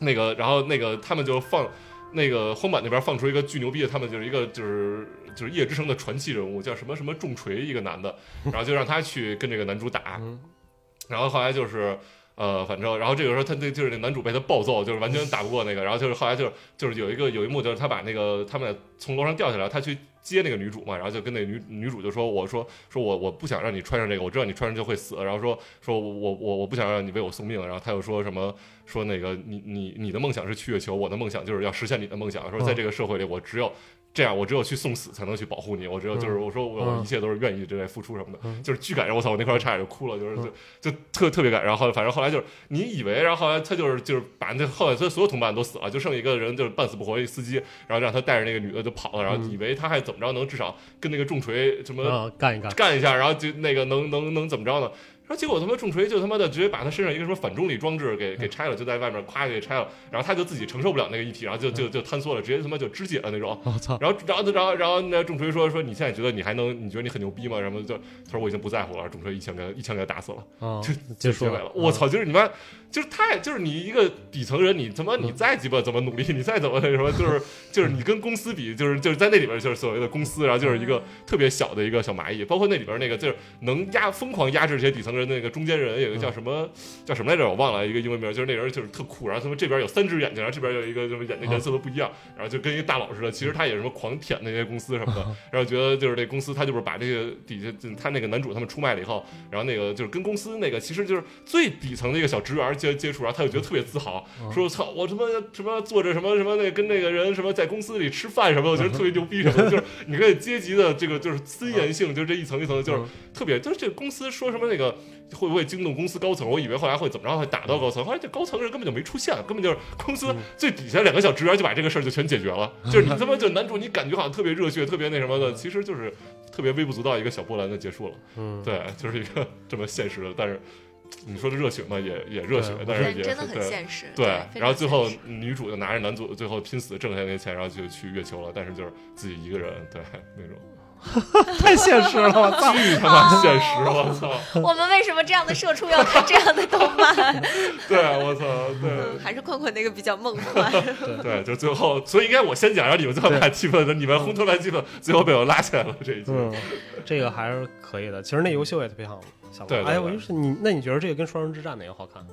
那个，然后那个他们就放那个荒坂那边放出一个巨牛逼的，他们就是一个就是就是夜之城的传奇人物，叫什么什么重锤一个男的，然后就让他去跟这个男主打，然后后来就是。呃，反正，然后这个时候他那就是那男主被他暴揍，就是完全打不过那个，然后就是后来就是就是有一个有一幕就是他把那个他们俩从楼上掉下来，他去接那个女主嘛，然后就跟那女女主就说，我说说我我不想让你穿上这个，我知道你穿上就会死，然后说说我我我我不想让你为我送命，然后他又说什么说那个你你你的梦想是去月球，我的梦想就是要实现你的梦想，说在这个社会里我只有。这样，我只有去送死才能去保护你。我只有就是我说我我一切都是愿意之类付出什么的，就是巨感人。我操，我那块儿差点就哭了，就是就就特特别感人。然后反正后来就是你以为，然后后来他就是就是把那后来他所有同伴都死了，就剩一个人就是半死不活一司机，然后让他带着那个女的就跑了，然后以为他还怎么着能至少跟那个重锤什嗯么啊，干一干， 干一下，然后就那个能能能怎么着呢？然后结果他妈重锤就他妈的直接把他身上一个什么反重力装置给给拆了，就在外面咵给拆了，然后他就自己承受不了那个一体，然后就就就坍缩了，直接他妈就肢解了那种。我操，然后然后然后然后那重锤说说你现在觉得你还能你觉得你很牛逼吗？然后就他说我已经不在乎了，重锤一枪给他一枪给他打死了。啊，哦就结结束尾了，嗯我操！就是你妈，就是太，就是你一个底层人，你他妈你再鸡巴怎么努力，你再怎么那什么，就是就是你跟公司比，就是就是在那里边就是所谓的公司，然后就是一个特别小的一个小蚂蚁，包括那里边那个就是能压疯狂压制这些底层人的那个中间人，有一个叫什么叫什么来着，我忘了一个英文名，就是那人就是特酷，然后他们这边有三只眼睛，然后这边有一个就是眼睛颜色都不一样，然后就跟一个大佬似的，其实他也什么狂舔那些公司什么的，然后觉得就是这公司他就是把这个底下就他那个男主他们出卖了以后，然后那个就是跟公司那个其实就是最底层的一个小职员接接触，然后他就觉得特别自豪，说操我他妈什么坐着什么什么那跟那个人什么在公司里吃饭什么的，我觉得特别牛逼什么的，就是啊嗯你看阶级的这个就是森严性，就这一层一层的，就是特别就是这个公司说什么那个会不会惊动公司高层？我以为后来会怎么着，会打到高层，后来这高层人根本就没出现，根本就是公嗯司最底下两个小职员就把这个事儿就全解决 了。就是你他妈就男主，你感觉好像特别热血，特别那什么的，其实就是特别微不足道一个小波澜就结束了。嗯，对，就是一个 这么现实的，但是你说的热血嘛，也也热血对，但是但也真的很对现实。对，非然后常最后 现实女主就拿着男主最后拼死挣下那些钱，然后就去月球了，但是就是自己一个人，对那种哦嗯太现实了，我 操！巨他妈现实，我操！我们为什么这样的社畜要看这样的动漫？对，我操，嗯，对 还是困困那个比较梦幻。对，就最后，所以应该我先讲，然后你们最后对把气氛，你们烘托完气嗯氛，最后被我拉起来了这一集。嗯，这个还是可以的。其实那游戏我也特别想想玩。对对哎，对我就是你，那你觉得这个跟《双人之战》哪个好看？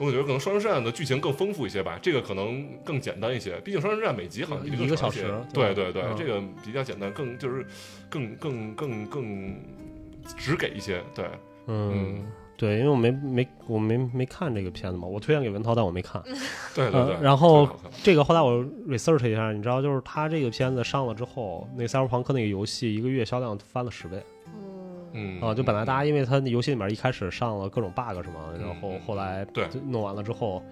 我觉得可能《双人之战》的剧情更丰富一些吧，这个可能更简单一些。毕竟《双人之战》每集好像比这嗯一个长小时些对对对对，嗯这个比较简单，更就是更更更更只给一些。对，嗯，对，因为我没没我没没看这个片子嘛，我推荐给文涛，但我没看。对对对。嗯然后特别好看这个后来我 research 一下，你知道，就是他这个片子上了之后，那个《赛博朋克》那个游戏一个月销量翻了十倍嗯嗯，啊！就本来大家因为他那游戏里面一开始上了各种 bug 什么，嗯然后嗯后来对就弄完了之后，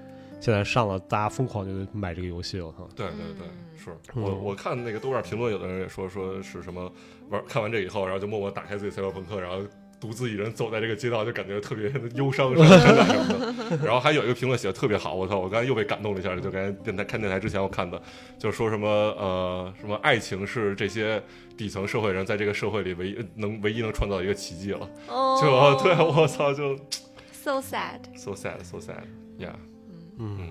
现在上了，大家疯狂就买这个游戏，我操！对对对，是嗯我我看那个豆瓣评论，有的人也说说是什么玩看完这以后，然后就默默打开自己赛博朋克，然后独自一人走在这个街道，就感觉特别 忧伤、伤感啊什么 的。然后还有一个评论写的特别好，我操，我刚才又被感动了一下，就刚才电台看电台之前我看的，就说什么呃什么爱情是这些底层社会人在这个社会里唯一能唯一能创造一个奇迹了， 哦，就、对我操就 so sad。 so sad so sad yeah 嗯嗯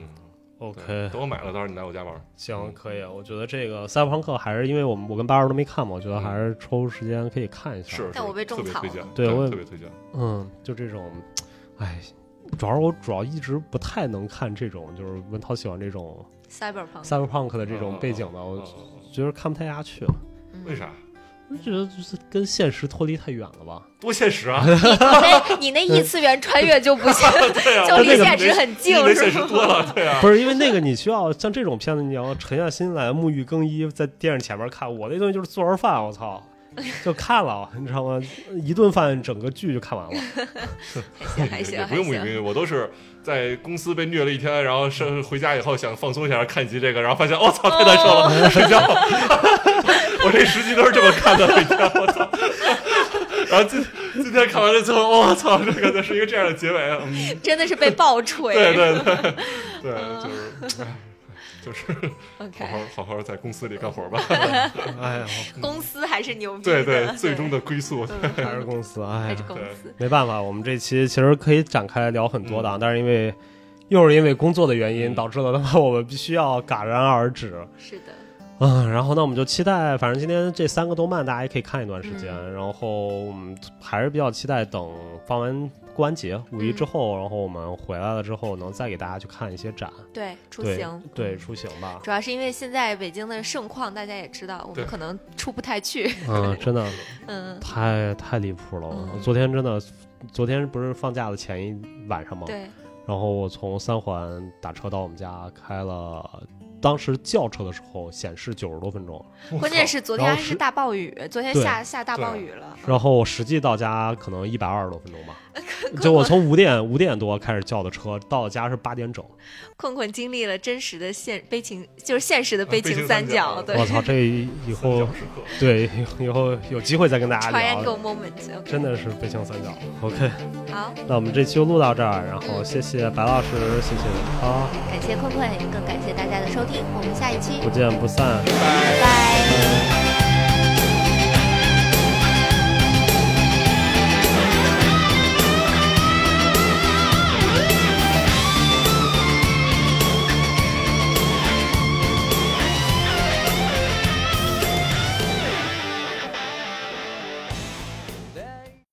，OK，等我买了，到时候你来我家玩。行，嗯可以。我觉得这个《赛博朋克》还是因为我们我跟八叔都没看嘛，我觉得还是抽时间可以看一下。嗯是，但是我被种特别草推了荐，对我也特别推荐。嗯，就这种，哎，主要是我主要一直不太能看这种，就是文涛喜欢这种 Cyberpunk， cyberpunk 的这嗯种背景的，我觉得看不太下去了。嗯为啥？我觉得就是跟现实脱离太远了吧？多现实 啊！那你那异次元穿越就不行，对啊，就离那个现 实很近离，离是现实吗？多了，对啊。不是因为那个，你需要像这种片子，你要沉下心来，沐浴更衣，在电视前面看。我那东西就是做完饭，我操，就看了，你知道吗？一顿饭整个剧就看完了。行还行也还不用行沐浴，我都是在公司被虐了一天，然后是回家以后想放松一下，看一集这个，然后发现我、操太难受哦了， 睡觉。我这十集都是这么看的，每天我操。然后今今天看完了之后，我、操，这个是一个这样的结尾，嗯，真的是被爆锤。对对对对， 就是。唉就是 好嗯 OK，好好好在公司里干活 吧，哎呀，公司还是牛逼对的。对，最终的归宿，还是公司， 哎还是呀，公司。没办法，我们这期其实可以展开聊很多的，啊但是因为又是因为工作的原因，嗯导致了他妈我们必须要戛然而止。是的，嗯，然后呢，我们就期待，反正今天这三个动漫大家也可以看一段时间，然后我们还是比较期待等放完过完节五一之后，然后我们回来了之后，能再给大家去看一些展，对出对行，对，出行嗯 吧，主要是因为现在北京的盛况，大家也知道，我对们可能出不 太去。嗯，真的嗯，太太离谱了，嗯我昨天真的，昨天不是放假的前一晚上吗？对，然后我从三环打车到我们家，开了，当时叫车的时候显示九十多分钟，关键是昨天然还后是是大暴雨，昨天对下下大对暴雨了。然后我实际到家可能一百二十多分钟吧。就我从五点五点多开始叫的车，到家是八点整。困困经历了真实的现悲情，就是现实的啊悲悲情情三三角角。对我操，这 以后小时刻对以后有机会再跟大家聊， ，triangle moment。真的是悲情三角。OK，好，那我们这期就录到这儿，然后谢谢白老师，谢谢啊，感谢困困，更感谢大家的收听，我们下一期不见不散。拜拜